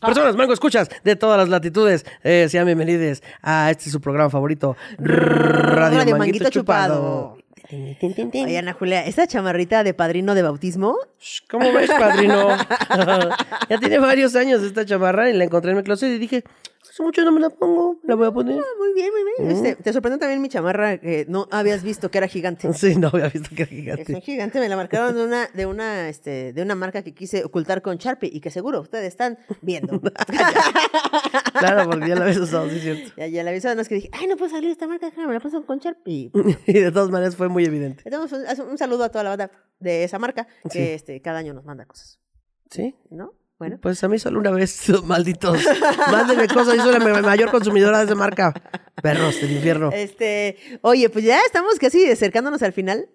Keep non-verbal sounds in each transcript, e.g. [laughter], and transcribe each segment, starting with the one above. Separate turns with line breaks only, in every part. Personas, mango, escuchas de todas las latitudes. Eh, sean bienvenidos a este su programa favorito, Radio,
Radio
Manguito,
Manguito
Chupado.
Chupado.
Tin, tin, tin.
Oye, Ana Julia, esa chamarrita de padrino de bautismo,
Shh, ¿Cómo ves,
[laughs]
padrino? [laughs] ya tiene varios años esta chamarra y la encontré en mi closet y dije, hace mucho no me la pongo, la voy a poner. [laughs]
Ah, muy bien, muy
Mm.
bien. Este, te sorprendió también mi chamarra que no habías visto que era
[laughs]
gigante.
Sí, no había visto que era
Es un
gigante.
gigante, me la marcaron de una, de una, este, de una marca que quise ocultar con Sharpie y que seguro ustedes están
[laughs]
viendo.
Claro, porque ya la habías usado, sí es cierto. [laughs]
ya, ya la avisaron, no es que dije, ay, no puedo salir de esta marca, déjame, me la paso con Sharpie.
Y de todas maneras fue muy evidente.
Le damos un, hace un saludo a toda la banda de esa marca que este, cada año nos manda cosas,
¿Sí?
¿no? Bueno,
Pues a mí solo una vez, [laughs] malditos. Mándenme cosas, yo soy la ma- mayor consumidora de esa marca. Perros del
[laughs]
infierno.
este, oye, pues ya estamos casi acercándonos al final,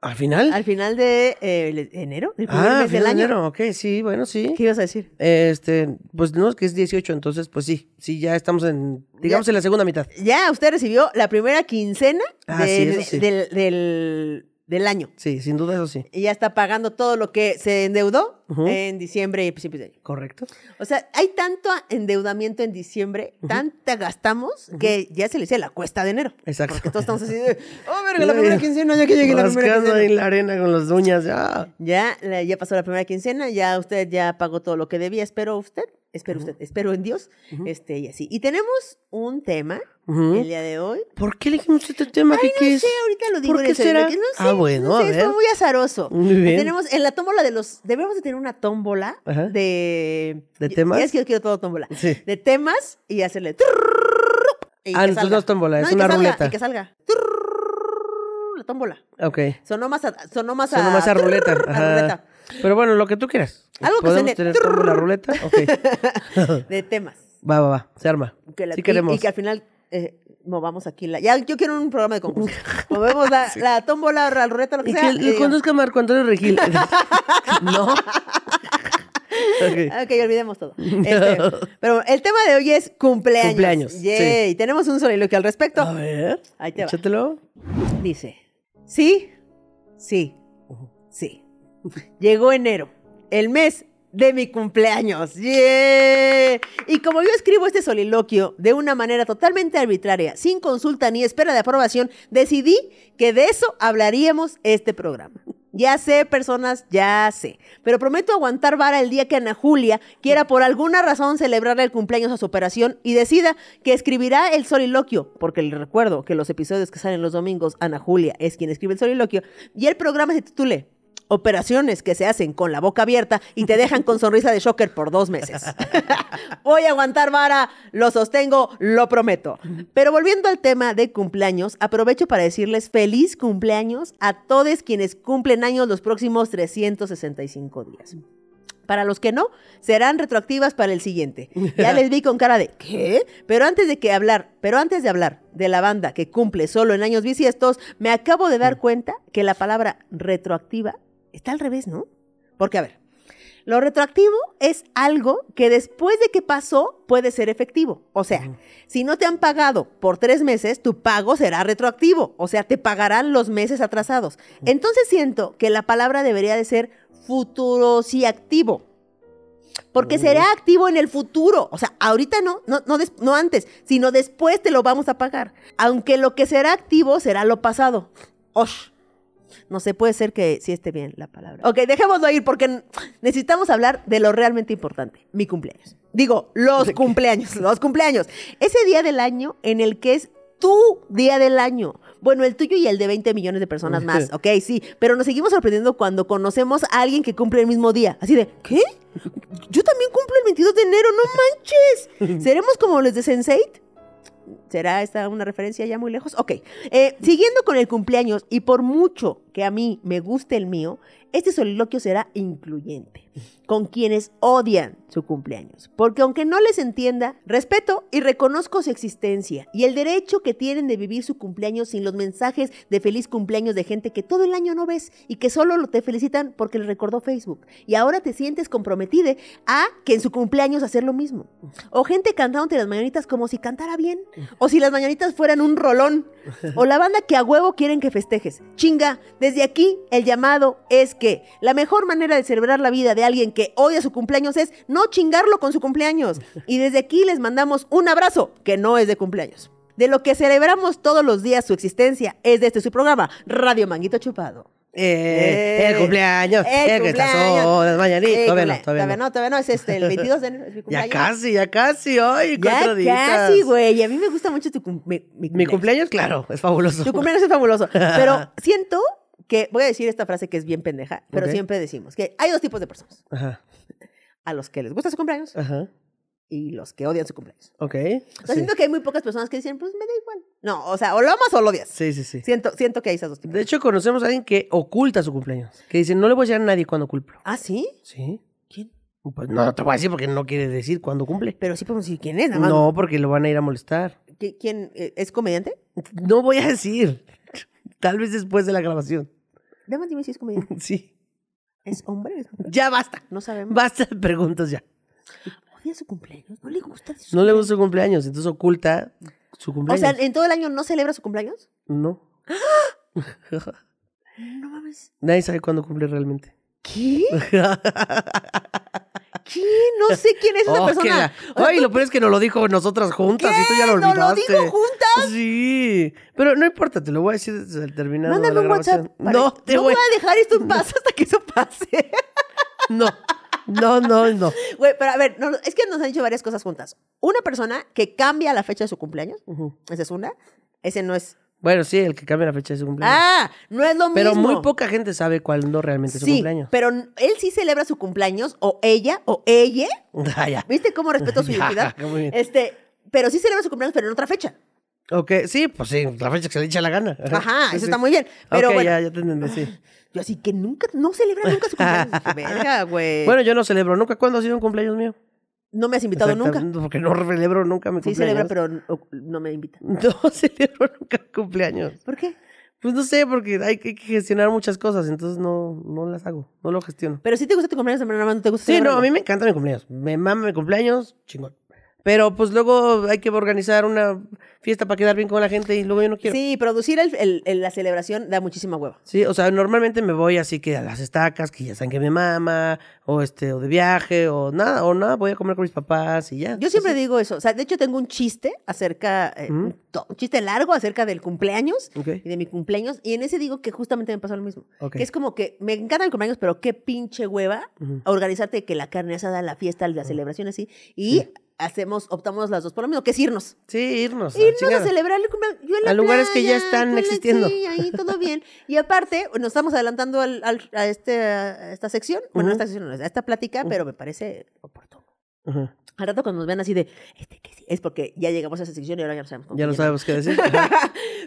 ¿Al final?
al final de eh, el- enero, el primer
ah,
mes del
final de
año.
enero, ok, sí, bueno, sí.
¿Qué ibas a decir?
Este, pues no, es que es 18, entonces, pues sí, sí, ya estamos en, digamos, en la segunda mitad.
Ya usted recibió la primera quincena
Ah, sí,
del-
eso sí.
del, del- del año.
Sí, sin duda, eso sí.
Y ya está pagando todo lo que se endeudó
Ujú.
en diciembre y principios de año.
Correcto.
O sea, hay tanto endeudamiento en diciembre, tanta gastamos, que ya se le dice la cuesta de enero.
Exacto.
Porque todos estamos así de,
[laughs]
oh, verga, la primera quincena, ya que llegue la primera
Rascando
quincena.
ahí en la arena con las uñas. ya.
Ya, la- ya pasó la primera quincena, ya usted ya pagó todo lo que debía, espero usted, espero usted, espero en Dios, este, y así. Y tenemos un tema
Ujú.
el día de hoy.
¿Por qué elegimos este tema? ¿Qué,
Ay,
qué
no
es?
sé, ahorita lo digo.
¿Por
en
qué
el
será?
celular. No sé,
ah, bueno,
no
a
sé,
ver.
Estuvo muy azaroso.
Muy bien.
Tenemos en la tómbola de los... Debemos de tener una tómbola
Ajá.
de...
¿De temas?
Ya es que yo quiero todo tómbola.
Sí.
De temas y hacerle... trrrrup y
Ah,
que
entonces
salga.
no es tómbola, es
y que
una
salga,
ruleta.
Y que salga. Trrrrup, La tómbola.
Ok.
Sonó más a... Sonó más
Sonó
a...
más a
trrrrup,
ruleta.
a
ajá.
ruleta.
Pero bueno, lo que tú quieras.
Algo que
¿Podemos
suene
tener como la ruleta?
[laughs]
Ok.
De temas.
Va, va, va. Se arma.
Que la-
sí
y-
queremos.
Y, que al final... eh, movamos aquí la. Ya, yo quiero un programa de concurso.
[laughs]
Movemos la, la tómbola, la ruleta, lo que
Y
sea. eh,
que lo
y digamos,
conduzca Marco Antonio Regil.
[laughs]
[laughs] ¿No? Ok.
Ah, Ok, olvidemos todo. Este, pero el tema de hoy es cumpleaños.
Cumpleaños, Ah,
Yay. Tenemos un soliloquio al respecto.
A ver.
Ahí te va.
Échatelo.
Dice, sí, sí, sí. Llegó enero, el mes de mi cumpleaños. ¡Yeah! Y como yo escribo este soliloquio de una manera totalmente arbitraria, sin consulta ni espera de aprobación, decidí que de eso hablaríamos este programa. Ya sé, personas, ya sé. Pero prometo aguantar vara el día que Ana Julia quiera por alguna razón celebrar el cumpleaños a su operación y decida que escribirá el soliloquio, porque le recuerdo que los episodios que salen los domingos, Ana Julia es quien escribe el soliloquio, y el programa se titule Operaciones que se hacen con la boca abierta y te dejan con sonrisa de shocker por dos meses. [laughs] Voy a aguantar vara, lo sostengo, lo prometo. Pero volviendo al tema de cumpleaños, aprovecho para decirles feliz cumpleaños a todos quienes cumplen años los próximos 365 días. Para los que no, serán retroactivas para el siguiente. Ya les vi con cara de ¿qué? Pero antes de que hablar, pero antes de hablar de la banda que cumple solo en años bisiestos, me acabo de dar cuenta que la palabra retroactiva está al revés, ¿no? Porque a ver, lo retroactivo es algo que después de que pasó puede ser efectivo. O sea, si no te han pagado por tres meses, tu pago será retroactivo. O sea, te pagarán los meses atrasados. Entonces siento que la palabra debería de ser futuro sí activo. Porque será activo en el futuro. O sea, ahorita no, no, no, des- no antes, sino después te lo vamos a pagar. Aunque lo que será activo será lo pasado. Osh. No sé, puede ser que sí esté bien la palabra. Ok, dejémoslo ir porque necesitamos hablar de lo realmente importante, mi cumpleaños. Digo, los cumpleaños, los cumpleaños. Ese día del año en el que es tu día del año. Bueno, el tuyo y el de 20 millones de personas más, ok, sí, pero nos seguimos sorprendiendo cuando conocemos a alguien que cumple el mismo día. Así de, ¿qué? Yo también cumplo el 22 de enero, no manches. ¿Seremos como los de Sense8? ¿Será esta una referencia ya muy lejos? Ok. Eh, siguiendo con el cumpleaños, y por mucho que a mí me guste el mío, este soliloquio será incluyente con quienes odian su cumpleaños. Porque aunque no les entienda, respeto y reconozco su existencia y el derecho que tienen de vivir su cumpleaños sin los mensajes de feliz cumpleaños de gente que todo el año no ves y que solo lo te felicitan porque le recordó Facebook. Y ahora te sientes comprometido a que en su cumpleaños hacer lo mismo. O gente cantándote las mañanitas como si cantara bien. O si las mañanitas fueran un rolón.
[laughs]
O la banda que a huevo quieren que festejes. Chinga, desde aquí el llamado es que la mejor manera de celebrar la vida de alguien que odia su cumpleaños es no chingarlo con
[laughs]
su cumpleaños. Y desde aquí les mandamos un abrazo que no es de cumpleaños. De lo que celebramos todos los días su existencia es de este su programa, Radio Manguito Chupado.
Eh, el cumpleaños, el, que está
cumpleaños.
solo, mañanito,
El
todavía
cumplea-
no, todavía no.
todavía no, es este, el 22 de enero
[laughs]
es mi
Ya
cumpleaños.
casi, ya casi, [laughs] hoy,
Ya
cuatro días.
casi, güey. A mí me gusta mucho tu cum- mi, mi
Mi
cumpleaños.
cumpleaños, claro, es fabuloso.
Tu cumpleaños es fabuloso.
[laughs]
Pero siento que, voy a decir esta frase que es bien pendeja, pero
Ok.
siempre decimos que hay dos tipos de personas.
[laughs] Ajá,
A los que les gusta su cumpleaños
ajá,
y los que odian su cumpleaños.
ok.
O sea,
Ah. Sí.
siento que hay muy pocas personas que dicen, pues me da igual. No, o sea, o lo amas o lo odias.
sí, sí, sí.
Siento, siento que hay esas dos tipos.
De hecho, conocemos a alguien que oculta su cumpleaños. Que dice, no le voy a decir a nadie cuando cumplo.
¿Ah, sí?
¿Sí?
¿Quién?
Pues no, te voy a decir porque no quiere decir cuándo cumple.
Pero sí podemos decir quién es, nada más.
No, porque lo van a ir a molestar.
¿Qui- ¿Quién eh, es comediante?
No voy a decir. Tal vez después de la grabación. [laughs]
Nada más dime si es comediante.
Sí.
¿Es hombre? o ¿Es mujer?
Ya basta.
No
[laughs]
sabemos.
Basta de preguntas ya.
¿Odia su cumpleaños? ¿No le gusta su
No le gusta su cumpleaños, entonces oculta su
O
cumpleaños.
sea, ¿en todo el año no celebra su cumpleaños?
no.
No mames.
Nadie sabe cuándo cumple realmente.
[laughs] ¿Qué? ¿Qué? No sé quién es esa
Oh, que
persona.
la- Ay, lo peor es que nos lo dijo nosotras juntas y tú ya lo
¿Qué? ¿No lo
olvidaste.
digo juntas?
Sí, pero no importa, te lo voy a decir desde el terminado. de
Mándame
la
un
grabación.
WhatsApp. para-
No, te
no
voy.
voy a dejar esto [laughs] en paz hasta que eso pase.
No, no, no, no.
[laughs] Güey, pero a ver, no, no, es que nos han dicho varias cosas juntas. Una persona que cambia la fecha de su cumpleaños,
Ujú.
esa es una. Ese no es.
Bueno, sí, el que cambia la fecha de su cumpleaños.
Ah, no es lo
pero
mismo.
muy poca gente sabe cuándo realmente es su
Sí,
cumpleaños. [laughs]
pero n- él sí celebra su cumpleaños, o ella, o ella.
Ah, ya.
¿Viste cómo respeto [laughs]
[laughs]
su
Ya,
identidad?
muy bien.
Este, pero sí celebra su cumpleaños, pero en otra fecha.
Ok, sí, pues sí, la fecha que se le echa la gana. [laughs]
Ajá,
Sí,
eso
sí.
está muy bien. Pero
Ok,
bueno,
ya, ya te entendí, sí.
yo así que nunca, no celebra nunca
[laughs]
su cumpleaños. Dije, verga, güey.
Bueno, yo no celebro nunca. ¿Cuándo ha sido un cumpleaños mío?
no me has invitado nunca.
Exactamente, Porque no [laughs] celebro nunca mi
Sí celebra,
cumpleaños.
pero n- o- no me invita.
[laughs] No celebro nunca mi cumpleaños.
¿Por qué?
Pues no sé, porque hay que hay que gestionar muchas cosas, entonces no, no las hago, no lo gestiono.
Pero si te gusta tu cumpleaños, pero nada más no te gusta
Sí, no,
celebrarlo.
a mí me encanta mi cumpleaños. Me mama mi cumpleaños, chingón. Pero pues luego hay que organizar una fiesta para quedar bien con la gente y luego yo no quiero. Sí.
Sí, producir el- el- el- la celebración da muchísima hueva.
o sea, normalmente me voy así que a las estacas, que ya saben que me mama, o este, o de viaje, o nada, o nada, voy a comer con mis papás y ya.
Yo siempre digo eso. O sea, de hecho tengo un chiste acerca, eh,
¿Mm?
un to- un chiste largo acerca del cumpleaños
Ok.
y de mi cumpleaños. Y en ese digo que justamente me pasó lo mismo.
Ok.
Que es como que me encanta el cumpleaños, pero qué pinche hueva
Ujú.
organizarte que la carne asada, la fiesta, la celebración así. Y hacemos, optamos las dos por lo mismo, que es irnos.
Sí, irnos. a la
Irnos
chingada.
a celebrar el cumpleaños. Yo en la
A lugares que ya
playa,
están
tú en la-
existiendo.
Sí, ahí todo bien. Y aparte, nos estamos adelantando al- al- a, este, a esta sección. Bueno, no
Ujú.
esta sección, no, a esta plática, pero me parece oportuno.
Ajá.
Al rato cuando nos vean así de, este que sí, es porque ya llegamos a esa sección y ahora ya no sabemos. con
Ya
quién
no sabemos qué [laughs] decir.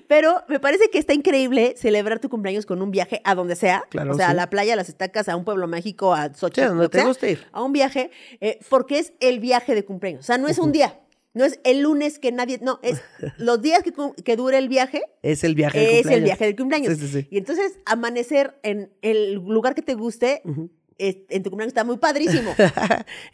Pero me parece que está increíble celebrar tu cumpleaños con un viaje a donde sea.
Claro,
o sea, a
sí.
la playa, a las estacas, a un pueblo mágico, a
Sí,
Xochitl,
a
lo
donde
que
te
sea,
guste ir.
a un viaje, eh, porque es el viaje de cumpleaños. O sea, no es un día, no es el lunes que nadie, no,
[laughs]
es los días que, cum- que dura el viaje.
Es el viaje del
Es el
cumpleaños.
viaje del cumpleaños.
Sí, sí, sí.
Y entonces amanecer en el lugar que te guste,
Ujú. [laughs]
es- en tu cumpleaños está muy padrísimo.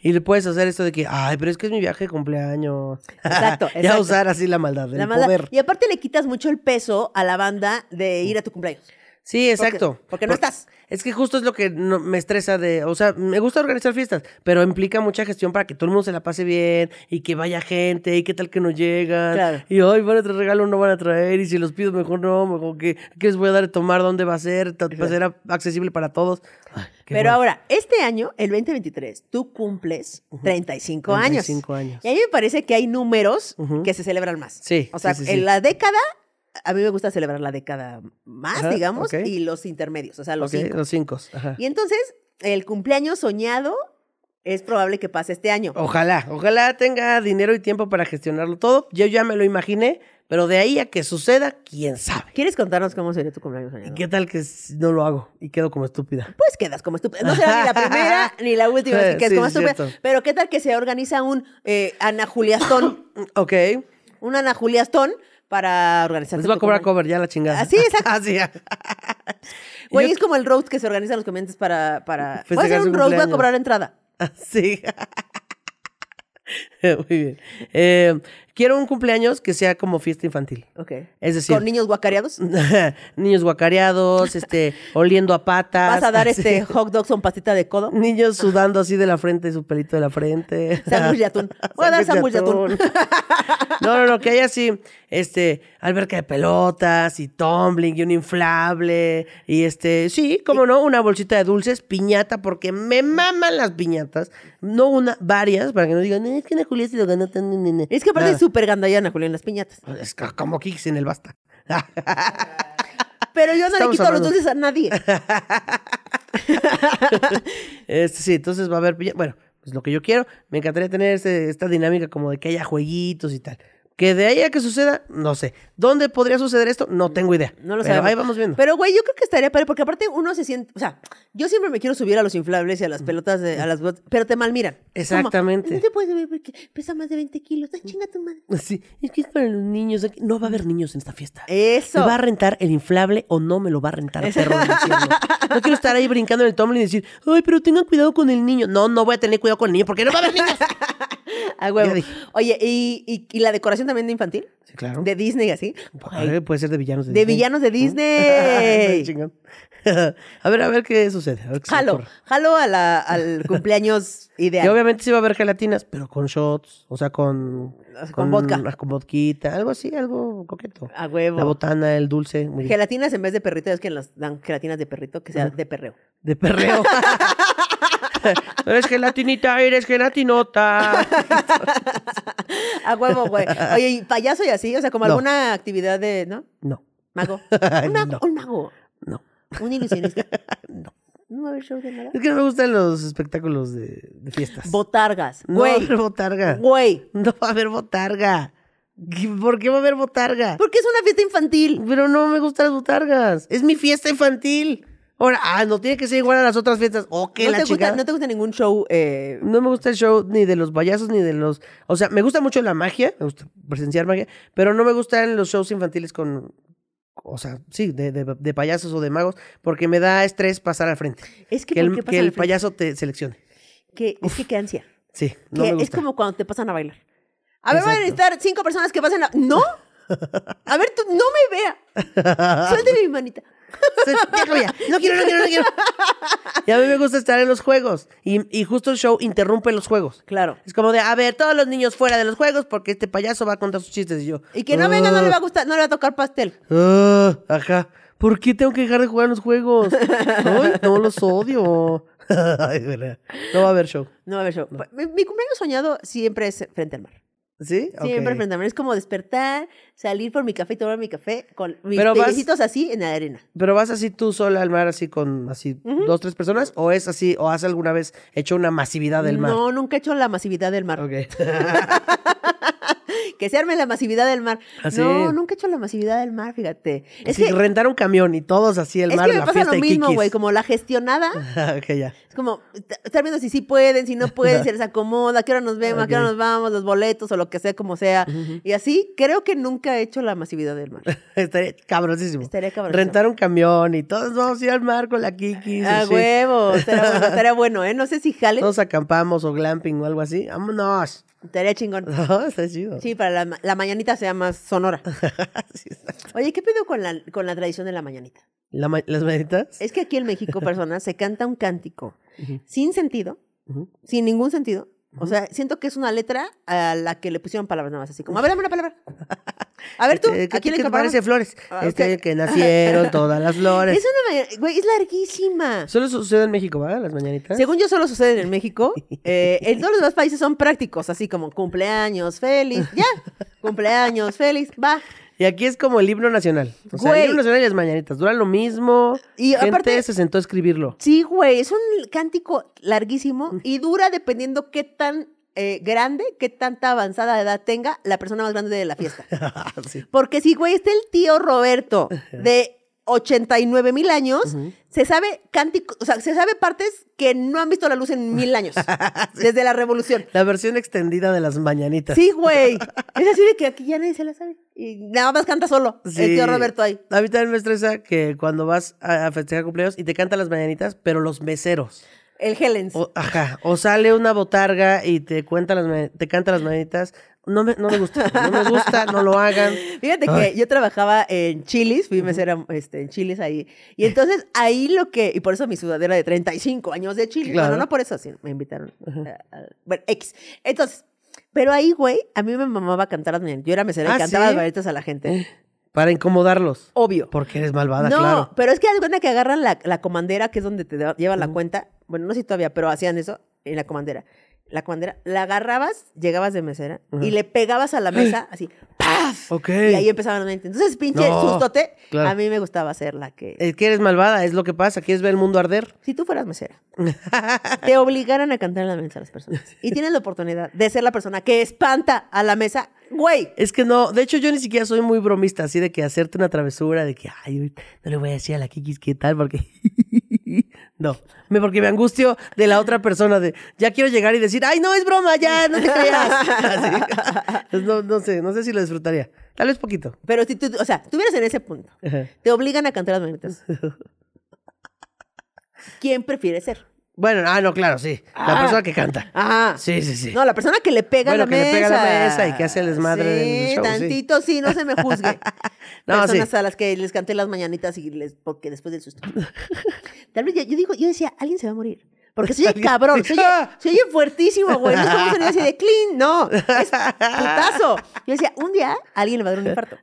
y le puedes hacer esto de que, ay, pero es que es mi viaje de cumpleaños.
Exacto,
[laughs] ya
exacto.
usar así la maldad, el
La maldad.
poder.
Y aparte le quitas mucho el peso a la banda de ir a tu cumpleaños.
Sí, exacto.
Porque, porque no estás.
Es que justo es lo que no- me estresa de, o sea, me gusta organizar fiestas, pero implica mucha gestión para que todo el mundo se la pase bien y que vaya gente y qué tal que no llegan.
Claro.
Y hoy van a traer regalo, no van a traer y si los pido mejor no, mejor que qué les voy a dar de tomar, dónde va a ser, Ta- va a ser a- accesible para todos. Ay, qué
Pero
bueno.
ahora, este año, el 2023, tú cumples 35 años.
35 años.
Y a mí me parece que hay números
Ujú.
que se celebran más.
Sí,
O sea,
sí, sí,
en
sí.
la década, a mí me gusta celebrar la década más,
Ajá,
digamos,
ok.
y los intermedios, o sea, los
Ok,
cinco.
los cinco. Ajá.
Y entonces, el cumpleaños soñado es probable que pase este año.
Ojalá, ojalá tenga dinero y tiempo para gestionarlo todo. Yo ya me lo imaginé, pero de ahí a que suceda, quién sabe.
¿Quieres contarnos cómo sería tu cumpleaños
¿Y
soñado?
qué tal que s- no lo hago y quedo como estúpida?
pues quedas como estúpida. No será ni
[laughs]
la primera ni la última vez que quedas
Sí,
como
es
estúpida.
cierto.
Pero qué tal que se organiza un eh,
[coughs]
Ana Juliastón,
Mm, Ok,
un Ana Juliastón para organizar.
les voy Pues a cobrar cover, ya la chingada. [laughs]
Así, Ah, exacto.
Así, ya.
Güey,
Yo-
es como el roast que se organizan los comediantes para. para... Voy a
Festejar
hacer
su
un roast, voy a
cumpleaños. [laughs]
cobrar entrada.
así. Muy bien. Eh, Quiero un cumpleaños que sea como fiesta infantil.
Ok.
Es decir,
¿Con niños guacareados?
[laughs] niños guacareados, este, oliendo a patas.
¿Vas a
[laughs]
dar
así.
este hot dog con pastita de codo?
Niños sudando así de la frente, su pelito de la frente.
[laughs] Sándwich
[laughs]
de atún. Voy a dar sándwich de atún.
No, no, no, que haya así, este, alberca de pelotas y tumbling y un inflable y este, sí, cómo no, una bolsita de dulces, piñata, porque me maman las piñatas. No una, varias, para que no digan, "Ay, es que Ana Julia se lo ganó tan... ni, ni, ni".
Es que aparte
Nada.
es súper gandallana, Julián, las piñatas.
Es ca- como Kix en el basta. [laughs]
Pero yo no le
Ah, Estamos
quito los
hablando-
dulces
[laughs]
a nadie.
Este, sí, entonces va a haber, piña- bueno, es lo que yo quiero. Me encantaría tener este- esta dinámica como de que haya jueguitos y tal. Que de ahí a que suceda, no sé. ¿Dónde podría suceder esto? No tengo idea.
No lo
Pero
sabemos.
Ahí vamos viendo.
Pero, güey, yo creo que estaría padre, porque aparte uno se siente. O sea, yo siempre me quiero subir a los inflables y a las pelotas, de, a las bot- pero te malmiran. Es como,
Exactamente.
no te puedes subir porque pesa más de 20 kilos. Ay, chinga tu madre.
Sí, es que es para los niños. aquí- No va a haber niños en esta fiesta.
Eso.
¿Me va a rentar el inflable o no me lo va a rentar [laughs] perro del infierno? No quiero estar ahí brincando en el tomble y decir, ay, pero tengan cuidado con el niño. No, no voy a tener cuidado con el niño porque no va a haber niños.
A huevo.
Ya dije.
Oye, ¿y, y, y la decoración también de infantil?
[laughs] Sí, claro.
De Disney, así. Güey,
Ay, puede ser de villanos de,
de
Disney. [laughs]
villanos de
Ay,
Disney.
chingón. [laughs] a ver, a ver qué sucede. a ver qué se
jalo,
ocurre.
jalo a la- al [laughs] cumpleaños
Y
ideal.
obviamente sí va a haber gelatinas, pero con shots, o sea, con...
Con vodka. Ah,
ah, Con vodquita, algo así, algo coqueto.
A
La
huevo.
botana, el dulce, muy bien.
Gelatinas en vez de perrito, es que las dan gelatinas de perrito, que sea de perreo.
De
[laughs]
perreo. eres gelatinita, eres gelatinota.
A huevo, güey. Oye, ¿y payaso y así? O sea, como
No.
alguna actividad de, ¿no?
No,
Mago.
[laughs] Ay,
Un mago.
no.
Un mago.
no. [laughs]
Un ilusionista. no. ¿No va a haber show de nada?
Es que no me gustan los espectáculos de, de fiestas.
Botargas.
no va a
Güey.
haber botarga.
Güey.
No va a haber botarga. ¿Qué- ¿Por qué va a haber botarga?
Porque es una fiesta infantil.
Pero no me gustan las botargas. Es mi fiesta infantil. Ahora, ah, no tiene que ser igual a las otras fiestas. ¿O qué,
¿No
la
te, gusta,
chingada?
no te gusta ningún show. eh,
No me gusta el show ni de los payasos ni de los. O sea, me gusta mucho la magia, me gusta presenciar magia, pero no me gustan los shows infantiles con. O sea, sí, de, de- de payasos o de magos, porque me da estrés pasar al frente.
Es que,
Que
¿por qué
el,
pasa
que
al
el
frente?
payaso te seleccione.
Que, es que qué ansia.
Sí, no
Que
me
es
gusta.
como cuando te pasan a bailar. A ver, van a
Exacto.
necesitar cinco personas que pasen a. ¡No! A ver, tú, no me
Ah.
vea. Suélteme mi manita.
[laughs] Se- déjalo ya. No quiero, no quiero, no quiero. Y a mí me gusta estar en los juegos. Y, y justo el show interrumpe los juegos.
Claro.
Es como de, a ver, todos los niños fuera de los juegos porque este payaso va a contar sus chistes. Y yo.
Y que no venga, no le
"Ah".
va a gustar, no le va a tocar pastel.
Ah, ajá. ¿Por qué tengo que dejar de jugar en los juegos? Ay, no los odio. [laughs] Ay, de verdad. no va a haber show.
No va a haber show. Mi, mi cumpleaños soñado siempre es frente al mar.
¿Sí?
Siempre
Ok.
frente al mar. Es como despertar, salir por mi café y tomar mi café con mis
Pero vas-
piecitos así en la arena.
Pero vas así tú sola al mar, así con así dos, tres personas, o es así, o has alguna vez hecho una masividad del mar.
No, nunca he hecho la masividad del mar.
Ok.
Que se arme la masividad del mar.
Ah, sí.
No, nunca he hecho la masividad del mar, fíjate.
[laughs]
Es
Así,
que,
rentar un camión y todos así el
es
mar,
que me
la
pasa
fiesta
lo
de
mismo,
Kikis.
güey. Como la gestionada.
[laughs] ok, ya.
Es como est- estar viendo si sí pueden, si no pueden,
[laughs]
si les acomoda, a qué hora nos vemos, a qué hora
Ok.
nos vamos, los boletos o lo que sea, como sea. Y así, creo que nunca he hecho la masividad
[laughs]
del mar.
Estaría cabronísimo.
Estaría cabronísimo.
Rentar un camión y todos vamos a ir al mar con la Kikis.
A
así.
Ah, huevo, estaría
[laughs]
bueno, estaría bueno, ¿eh? No sé si jale,
Todos acampamos o glamping o algo así. Vámonos. [laughs]
estaría chingón.
Está chido.
Sí, para la, ma- la mañanita sea más sonora.
[laughs] Sí,
Oye, ¿qué pedo con la, con la tradición de la mañanita?
La ma- ¿Las mañanitas?
Es que aquí en México, personas, se canta un cántico
Ujú.
sin sentido,
Ujú.
sin ningún sentido. O sea, siento que es una letra a la que le pusieron palabras nada más, así como, a ver, dame
[laughs]
una palabra. A ver tú,
Este, ¿Qué,
¿a quién
qué
le
te
compraron?
parece flores?
Ah,
Este,
ok. [laughs]
que nacieron todas las flores.
Es una mañana- güey, es larguísima.
Solo sucede en México, ¿verdad? Las mañanitas.
Según yo, solo sucede en México. Eh, en todos los demás países son prácticos, así como cumpleaños, feliz, ya. cumpleaños, feliz, va.
Y aquí es como el himno nacional. O sea,
Güey.
el himno nacional y las mañanitas. Duran lo mismo.
Y
Gente
aparte-
se sentó a escribirlo. [laughs]
Sí, güey, es un cántico larguísimo y dura dependiendo qué tan eh, grande, qué tanta avanzada edad tenga la persona más grande de la fiesta.
Sí.
Porque si, güey, está el tío Roberto de 89 mil años, se sabe cántico, o sea, se sabe partes que no han visto la luz en mil años, desde la revolución.
La versión extendida de las mañanitas.
Sí, güey. Es así de que aquí ya nadie se la sabe. Y nada más canta solo. El
Sí.
tío Roberto ahí.
A mí también me estresa que cuando vas a, a festejar cumpleaños y te cantan las mañanitas, pero los meseros.
El Helens.
Oh. O, ajá. O sale una botarga y te cuenta las ma- te canta las mañanitas. No me, no me gusta, no me gusta, no lo hagan.
Fíjate
Ay.
que yo trabajaba en Chilis, fui mesera este, en Chilis ahí. Y entonces ahí lo que, y por eso mi sudadera de 35 años de Chile.
Claro.
Bueno, no por eso, sí, me invitaron. a- a- bueno, X. Entonces, pero ahí, güey, a mí me mamaba cantar las mañanitas. Yo era mesera
¿Ah,
y
sí?
cantaba
Eh.
las mañanitas a la gente.
Para incomodarlos.
Obvio.
Porque eres malvada,
no,
claro.
pero es que haz de cuenta que agarran la, la comandera, que es donde te da- llevan la cuenta. Bueno, no sé si todavía, pero hacían eso en la comandera. La comandera, la agarrabas, llegabas de mesera y le pegabas a la mesa así, ¡paf!
Ok.
Y ahí empezaban los 20. Entonces, pinche
No,
sustote,
claro. Eh.
a mí me gustaba hacer la que...
Es que eres malvada, es lo que pasa. ¿Quieres ver el mundo arder?
Si tú fueras
[laughs]
mesera, te obligaran a cantar en la mesa a las personas. Y tienes la oportunidad de ser la persona que espanta a la mesa. Güey,
Es que no, de hecho yo ni siquiera soy muy bromista, así de que hacerte una travesura, de que, ay, uy, no le voy a decir a la Kikis qué tal, porque... [laughs] no, me- porque me angustio de la otra persona, de, ya quiero llegar y decir, ay, no, es broma, ya, no te creas. [laughs] Así. Pues no, no sé, no sé si lo disfrutaría. Tal vez poquito.
pero si tú, o sea, estuvieras en ese punto,
Ajá.
te obligan a cantar las mañanitas. [laughs] ¿Quién prefiere ser?
Bueno, ah, no, claro, sí. La
Ah.
persona que canta.
Ah.
Sí, sí, sí.
No, la persona que le pega
Bueno,
a la
que
mesa.
le pega a la mesa y que hace el desmadre del
Sí,
show, sí.
tantito, sí. no se me
[laughs]
juzgue.
No, sí.
Personas a las que les canté las mañanitas y les, porque después del susto. Tal vez yo, yo digo, yo decía, alguien se va a morir. Porque se oye
Alguien- "Ah".
cabrón, se oye, se oye fuertísimo, güey. No estamos en así de clean, no. Es putazo. Yo decía, un día alguien le va a dar un infarto.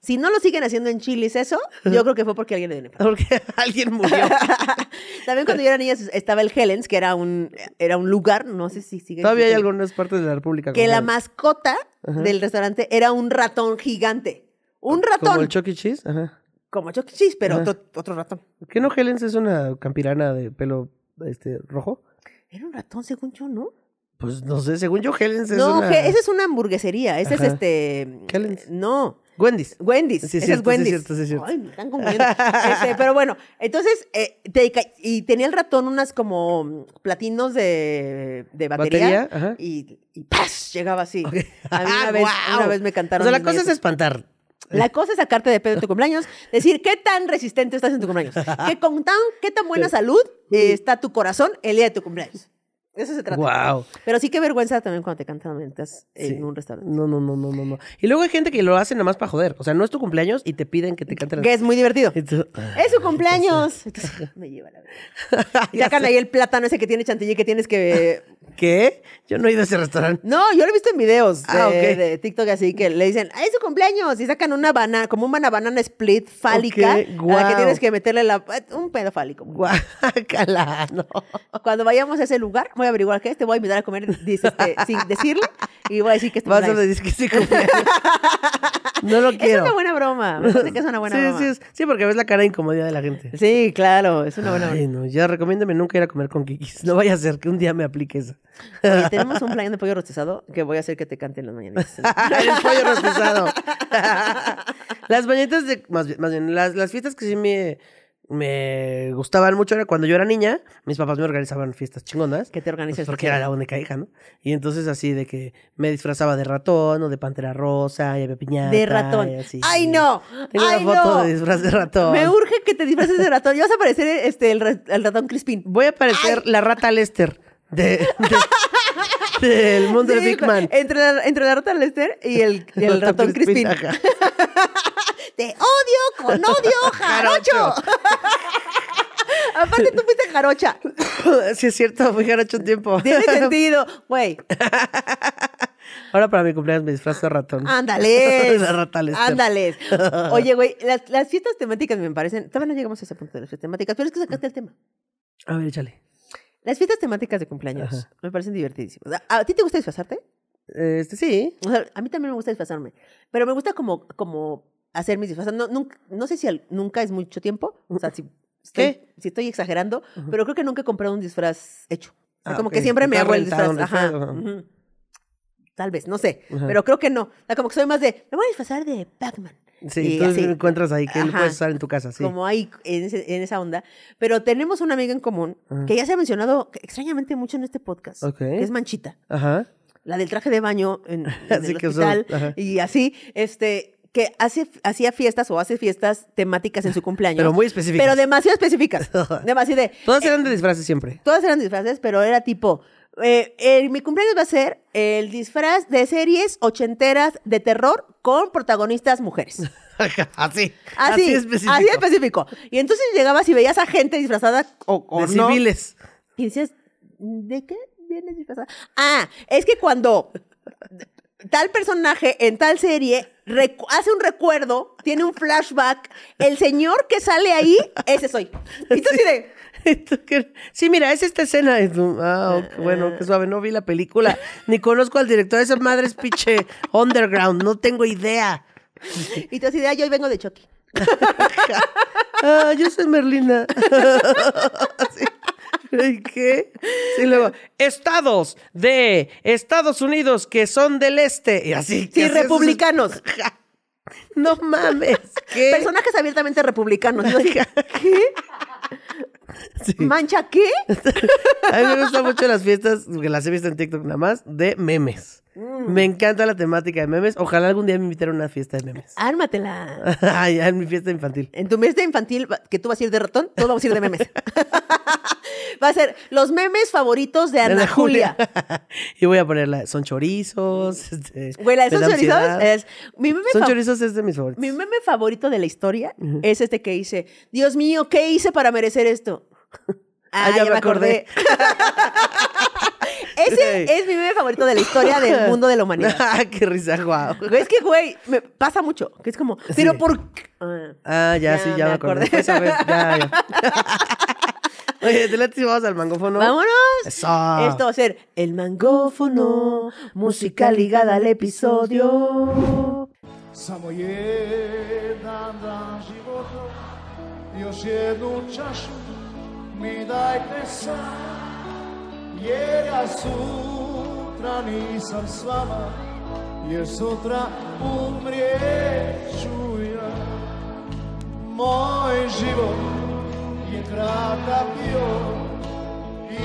Si no lo siguen haciendo en chilis eso, yo creo que fue porque alguien le dio un infarto.
Porque [laughs] alguien murió.
[laughs] También cuando yo era niña estaba el Helens, que era un, era un lugar, no sé si sigue.
Todavía hay
existiendo
algunas partes de la República.
que
como-
la mascota del restaurante era un ratón gigante. Un ratón.
Como el Chucky Cheese. Ajá.
Como Chuck E. Cheese, pero
Ajá.
otro, otro ratón.
¿Qué no Helens es una campirana de pelo este, rojo?
Era un ratón, según yo, ¿no?
Pues no sé, según yo, Helens es
no,
una...
que- esa es una hamburguesería. Esa
Ajá.
es este.
Kellen's.
No. [laughs]
Wendy's.
Wendy's.
Sí,
esa
cierto, sí,
es Wendy's.
cierto, sí, cierto.
Ay, me están confundiendo. Este, pero bueno, entonces, eh, te ca- y tenía el ratón unas como mm, platinos de, de batería.
Batería, ajá.
Y, y ¡pas! llegaba
[laughs]
así.
Ok.
A mí una, vez,
¡Guau!
una vez me
Ah, O
cantaron.
sea, la
mis
cosa es
mañanitas.
espantar.
La cosa es sacarte de pedo en tu cumpleaños, decir qué tan resistente estás en tu cumpleaños, qué, con tan, qué tan buena salud eh, está tu corazón el día de tu cumpleaños. De Eso se trata.
Wow.
Pero sí qué vergüenza también cuando te cantan mentas en
Sí.
un restaurante.
No, no, no, no, no, no. Y luego hay gente que lo hace nada más para joder. O sea, no es tu cumpleaños y te piden que te canten.
Que es muy divertido.
[laughs] Y
[laughs]
tú- [laughs]
¡Es su cumpleaños! Entonces, me lleva la verga. Y
Ya
sacan
sé.
ahí el plátano ese que tiene chantilly que tienes que... [laughs]
¿Qué? Yo no he ido a ese restaurante. [laughs]
No, yo lo he visto en videos de,
Ah, ok.
de TikTok así que le dicen, ¡ay, es su cumpleaños! Y sacan una banana, como una banana split
Ok,
fálica a la que
guau.
tienes que meterle la, un pedo fálico.
Guácala, no.
Cuando vayamos a ese lugar, voy a averiguar qué es, te voy a invitar a comer dice,
[laughs]
este, sin decirle y voy a decir que es tu
Vas a
cumpleaños.
decir que sí cumpleaños.
[laughs]
No lo
Es
quiero. [laughs]
una buena broma, me parece que es una buena
sí,
broma.
Sí, es- sí, porque ves la cara de incomodidad de la gente.
Sí, claro, es una buena broma.
Ay, no, ya recomiéndame nunca ir a comer con Kikis. No vaya a ser que un día me aplique eso.
Oye, tenemos un plan de pollo rostizado que voy a hacer que te canten
[laughs]
las mañanitas.
El pollo rostizado. [laughs] las mañanitas de. Más bien, más bien, las, las fiestas que sí me, me gustaban mucho era cuando yo era niña, mis papás me organizaban fiestas chingonas.
que te
Pues
organices.
porque era la única hija, ¿no? Y entonces así de que me disfrazaba de ratón o de pantera rosa y había piñata.
de ratón.
y así.
¡Ay, no!
Tengo
¡Ay,
una foto
no!
de disfraz de ratón.
Me urge que te disfraces de ratón. Y vas a parecer este, el, ra- el ratón Crispin.
Voy a parecer la rata Lester de,
[laughs]
de- del mundo de
Sí,
Big Man.
Entre la, entre la rata Lester
[laughs]
y el, y el ratón Crispin.
ajá.
Te odio con
[laughs]
odio, [laughs] jarocho. Aparte, tú fuiste jarocha.
[laughs] sí, es cierto, fui garacho un tiempo. [laughs]
Tiene sentido. Güey,
Ahora para mi cumpleaños me disfrazo de ratón.
Ah.
[laughs]
ándales.
La rata Lester. [laughs]
Ándales. Oye, güey, las, las fiestas temáticas me parecen. Todavía no llegamos a ese punto de las fiestas temáticas, pero es que sacaste el tema.
A ver, échale.
Las fiestas temáticas de cumpleaños
Ajá.
me parecen divertidísimas. ¿A a ti te gusta disfrazarte?
Este, sí.
O sea, a mí también me gusta disfrazarme, pero me gusta como, como hacer mis disfraces. No, nunca- no sé si al- nunca es mucho tiempo, o sea, si estoy,
¿Qué?
si estoy exagerando, pero creo que nunca he comprado un disfraz hecho. O sea,
Ah,
como
ok.
que siempre me
Nunca has
hago el
rentado
disfraz.
un
Ajá.
disfraz, ajá.
ujú. Tal vez, no sé,
Ajá.
pero creo que no. O sea, como que soy más de, me voy a disfrazar de Pac-Man.
Sí,
Y
tú
así,
encuentras ahí que lo
Ajá.
puedes usar en tu casa, sí.
Como ahí en, ese- en esa onda. Pero tenemos una amiga en común
Ajá.
que ya se ha mencionado extrañamente mucho en este podcast,
Ah. Ok.
que es Manchita.
Ajá.
la del traje de baño
[laughs]
en, en
Así
el
que usó-
hospital
ajá.
y así, este, que hace, hacía fiestas o hace fiestas temáticas en su cumpleaños.
Pero muy específicas. [laughs]
Pero demasiado específicas. demasiado de, [laughs]
Todas eran de disfraces siempre.
todas eran disfraces, pero era tipo, Eh, eh, mi cumpleaños va a ser el disfraz de series ochenteras de terror con protagonistas mujeres.
así, [laughs] así.
Así, así específico.
específico.
Y entonces llegabas y veías a gente disfrazada o, o
De
no.
civiles. [laughs]
Y decías, ¿de qué vienes disfrazada? Ah, es que cuando tal personaje en tal serie recu- hace un recuerdo, tiene un flashback, el señor que sale ahí, ese soy. Y tú así de,
Sí, mira, es esta escena. Y tú, Ah, ok, bueno, qué suave. No vi la película. Ni conozco al director. Esa madre es pinche underground. No tengo idea.
y tú así de, "Ay, yo hoy vengo de Chucky.
Ah, yo soy Merlina. [laughs] Sí. ¿Y ¿Qué? Sí, luego, estados de Estados Unidos que son del este. Y así. y
Sí,
así,
republicanos.
No mames. ¿Qué?
Personajes abiertamente republicanos. Yo así, ¿Qué? ¿Mancha
[laughs]
qué?
A mí me gustan mucho las fiestas, que las he visto en TikTok nada más, de memes.
Mm.
Me encanta la temática de memes. Ojalá algún día me invitaran a una fiesta de memes. [laughs]
Ármatela.
Ay, en mi fiesta infantil.
En tu fiesta infantil, va- que tú vas a ir de ratón, todos vamos a ir de memes. [laughs] Va a ser los memes favoritos de Ana,
Ana
Julia.
[laughs] y voy a ponerla. Son chorizos. [laughs] Este,
Güey, la de
me
son
da
chorizos
ansiedad.
es. Mi meme,
Son
fa-
chorizos es de mis favoritos.
mi meme favorito de la historia es este que hice. Dios mío, ¿qué hice para merecer esto? [laughs] Ah, ya, me acordé. [laughs] Ese
Sí.
es mi meme favorito de la historia [laughs] del mundo de la humanidad.
[laughs] Ah, qué risa, guau.
Güey, Es que, güey, me pasa mucho. Que es como, pero ¿por qué? Ah.
Ah, ya, sí, ya me, acordé. Fue esa vez, ya,
[laughs]
ya. Oye, te late si vamos al mangófono.
¡Vámonos!
Eso.
Esto va a ser el mangófono, música ligada al episodio.
Samojedan dan života, još jednu čašu mi dajte sad, jer ja sutra nisam s vama, jer sutra umrijeću ja. Moj život je kratak bio i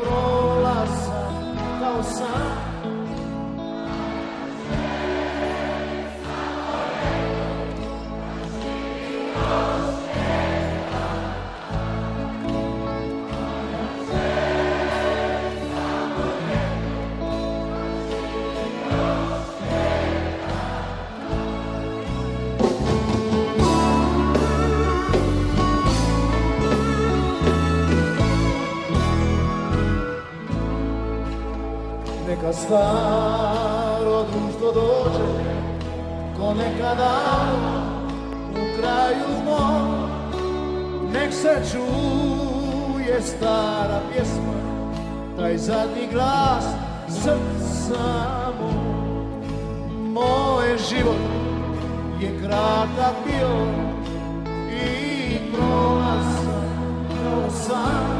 prolazan kao sam. Neka staro društvo dođe Ko nekada u kraju mom Nek se čuje stara pjesma Taj zadnji glas srca moj Moj život je kratak bio I prolazan kao san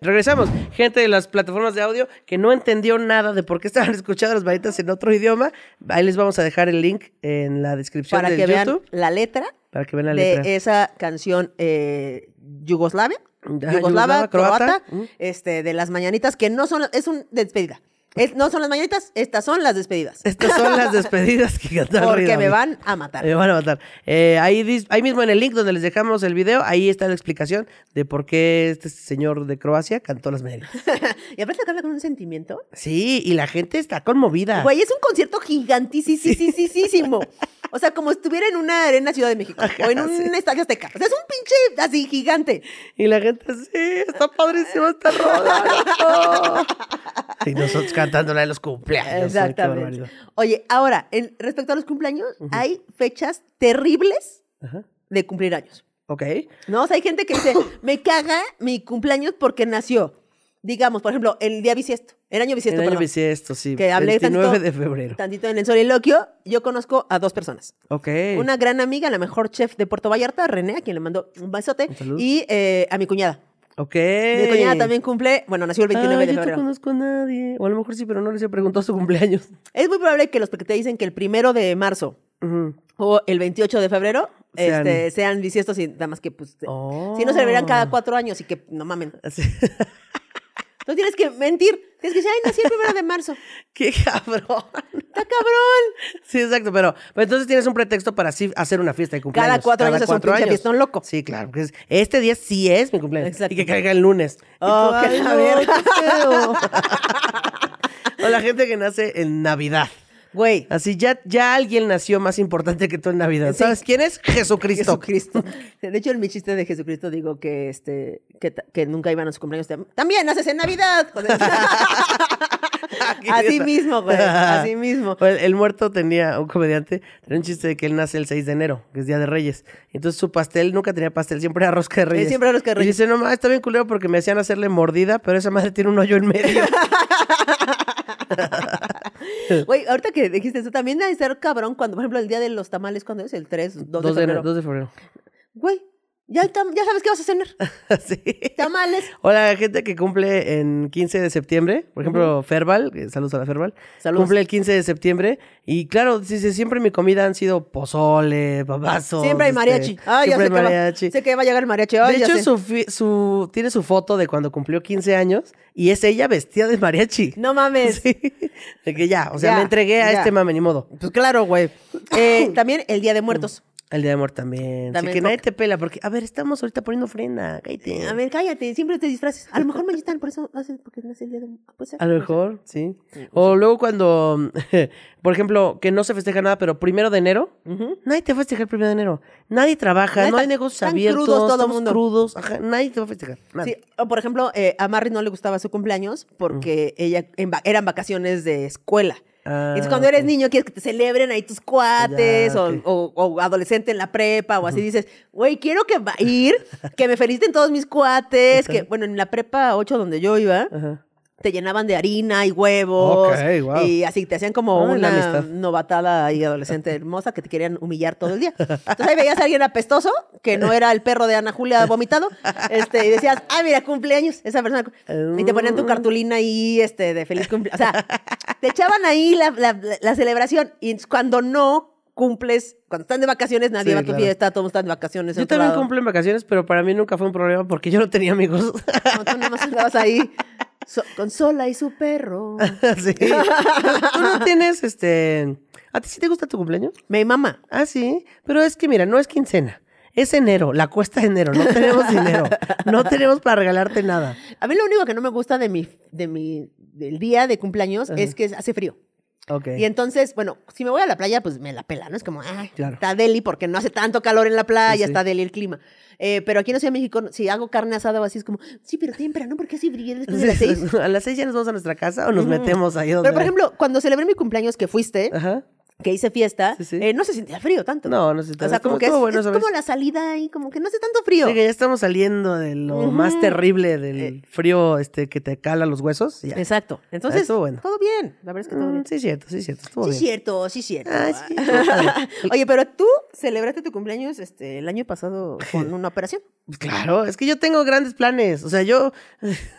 Regresamos. Gente de las plataformas de audio que no entendió nada de por qué estaban [laughs] escuchando las varitas en otro idioma. Ahí les vamos a dejar el link en la descripción
Para
del
que vean
YouTube.
la letra
Para que vean la
de
letra.
esa canción eh, yugoslavia,
Ah,
yugoslava,
yugoslava,
croata,
croata, mm.
este, de las mañanitas, que no son, es una despedida. Es- no son las mañanitas, estas son las despedidas.
Estas son las despedidas oh. que cantaron.
[laughs] Porque me van a matar.
Me van a matar. Eh, ahí, dis- ahí mismo en el link donde les dejamos el video, ahí está la explicación de por qué este señor de Croacia cantó las mañanitas.
[laughs] y aparte que habla con un sentimiento.
Sí, y la gente está conmovida.
Güey, es un concierto gigantísimo. [laughs] O sea, como si estuviera en una arena Ciudad de México o en un estadio Azteca. O sea, es un pinche así gigante.
Y la gente, sí, está padrísimo este esta rola. y nosotros cantando la de los cumpleaños. ay, qué
Exactamente.
barbaridad.
Oye, ahora, en- respecto a los cumpleaños, hay fechas terribles
Ajá.
de cumplir años.
Ok.
¿No? O sea, hay gente
[laughs]
que dice, me caga mi cumpleaños porque nació. Digamos, por ejemplo, el día bisiesto, el año bisiesto,
El año
perdón,
bisiesto, sí.
que hablé
29
tantito-
de febrero.
Tantito en el soliloquio, yo conozco a dos personas.
Ok.
Una gran amiga, la mejor chef de Puerto Vallarta, René, a quien le mando un besote,
Un saludo.
y eh, a mi cuñada,
Ok.
Mi cuñada también cumple, bueno, nació el 29
Ay,
de
yo no
febrero.
conozco a nadie. O a lo mejor sí, pero no les he preguntado su cumpleaños.
Es muy probable que los que te dicen que el primero de marzo
Ujú.
o el 28 de febrero
Sean-
este, sean bisiestos y nada más que, pues, te-
Oh.
si no celebran cada cuatro años y que no mamen.
Así-
Tú tienes que mentir. Tienes que decir, ay, nací el primero de marzo.
¡Qué [laughs] cabrón!
¡Está cabrón!
Sí, exacto, pero, pero entonces tienes un pretexto para sí hacer una fiesta de cumpleaños.
cuatro años es un pinche fiestón loco.
Sí, claro. porque es- este día sí es mi cumpleaños.
Exacto.
Y que caiga el lunes. Y
Oh,
tú,
que
"Ay,
la
no,
verga".
qué feo. o la gente que nace en Navidad.
[laughs] Güey.
Así ya, ya alguien nació más importante que tú en Navidad.
Sí.
¿Sabes quién es? Jesucristo.
Jesucristo. De hecho, en mi chiste de Jesucristo digo que este que, ta- que nunca iban a su cumpleaños. Tam- También haces en Navidad. joder.
[laughs]
así mismo, güey. Así mismo.
O El, Pues, el muerto tenía, un comediante, tenía un chiste de que él nace el 6 de enero, que es Día de Reyes. Entonces su pastel nunca tenía pastel, siempre era rosca de reyes.
siempre era rosca de
Y
Reyes.
dice, no, ma, está bien culero porque me hacían hacerle mordida, pero esa madre tiene un hoyo en
[laughs]
medio.
Güey, ahorita que dijiste eso, también debe ser cabrón cuando, por ejemplo, el día de los tamales, cuando es? El 3, 2 de
Dos de enero-
febrero.
dos de febrero. [laughs]
Güey, ya, el tam- ya sabes qué vas a cenar.
sí. [laughs]
Tamales.
O la gente que cumple en 15 de septiembre, por ejemplo, Ferval, que saludos a la Ferval,
Saludos.
cumple el 15 de septiembre y claro, dice, siempre mi comida han sido pozole, babazos.
Siempre hay
este,
mariachi. Ah, ya
siempre hay
sé que, mariachi.
mariachi.
Va, sé que va a llegar el mariachi. Ay,
de
ya
hecho,
sé.
su, fi- su- tiene su foto de cuando cumplió 15 años y es ella vestida de mariachi. [laughs]
No mames.
Sí. De que ya, o sea,
Ya,
me entregué a
ya.
este mame, ni modo.
Pues claro, güey.
[laughs]
Eh, también el Día de Muertos.
El día de amor también. Así
También
que nadie
toca.
te pela, porque, a ver, estamos ahorita poniendo ofrenda, cállate.
A ver, cállate, siempre te disfraces. A lo mejor mañana, por eso haces, porque no es el día de. pues, Puede ser.
A lo mejor, sí.
Mm,
O luego cuando, [laughs] por ejemplo, que no se festeja nada, pero primero de enero, nadie te va a festejar el primero de enero. Nadie trabaja,
Nadie
no hay
está-
negocios
están
abiertos,
crudos todo el
estamos
mundo.
crudos, ajá, nadie te va a festejar. nada.
Sí, o por ejemplo, eh, a Marry no le gustaba su cumpleaños porque ella en va- eran vacaciones de escuela.
Ah,
Entonces, cuando eres niño, quieres que te celebren ahí tus cuates
Ya,
o-
ok.
o, o adolescente en la prepa o así. Dices, güey, quiero que va ir, que me feliciten todos mis cuates.
[laughs]
Que, bueno, en la prepa 8 donde yo iba,
Ajá.
te llenaban de harina y huevos.
Ok, wow.
Y así te hacían como
Ah, la
una
amistad.
novatada y adolescente
[laughs]
hermosa que te querían humillar todo el día. Entonces ahí veías a alguien apestoso, que no era el perro de Ana Julia vomitado, este, y decías, ah, mira, cumpleaños, esa persona. Y te
Ah.
ponían tu cartulina ahí, este, de feliz cumpleaños. O sea, te echaban ahí la, la- la- la celebración. Y entonces cuando no cumples, cuando están de vacaciones, nadie
Sí,
va a tu
claro.
fiesta, todos están de vacaciones. en
Yo
otro
también
lado.
cumplo en vacaciones, pero para mí nunca fue un problema porque yo no tenía amigos. [laughs]
No, tú nada más andabas ahí, so- con Sola y su
[laughs]
perro. [laughs]
Sí. Tú no tienes, este... ¿A ti sí te gusta tu cumpleaños?
Me mama.
Ah, sí. Pero es que, mira, no es quincena. Es enero, la cuesta de enero. No tenemos dinero.
[laughs]
No tenemos para regalarte nada.
A mí lo único que no me gusta de mi, de mi, del día de cumpleaños es que hace frío.
Ok.
Y entonces, bueno, si me voy a la playa, pues me la pela, ¿no? Es como, ah,
Claro.
está deli porque no hace tanto calor en la playa,
sí.
está deli el clima. Eh, pero aquí en Ciudad de México, si hago carne asada o así, es como, sí, pero temprano, porque así brillé después de las seis.
A las seis ya nos vamos a nuestra casa o nos metemos ahí donde...
Pero, por ejemplo, cuando celebré mi cumpleaños que fuiste,
Ajá.
que hice fiesta,
Sí, sí.
eh, no se sentía frío tanto.
No, no sé.
O sea, como que es, es como la salida y como que no hace tanto frío.
Sí, que ya estamos saliendo de lo más terrible
Eh.
del frío este que te cala los huesos. y ya.
Exacto. Entonces,
estuvo bueno.
todo bien. La verdad es que todo bien.
Mm, sí, cierto, sí, cierto. Estuvo
Sí,
bien.
cierto, sí, cierto.
Ah,
[laughs]
sí, total.
Oye, pero tú celebraste tu cumpleaños este, el año pasado con una operación.
Pues Claro, es que yo tengo grandes planes. O sea, yo, [laughs]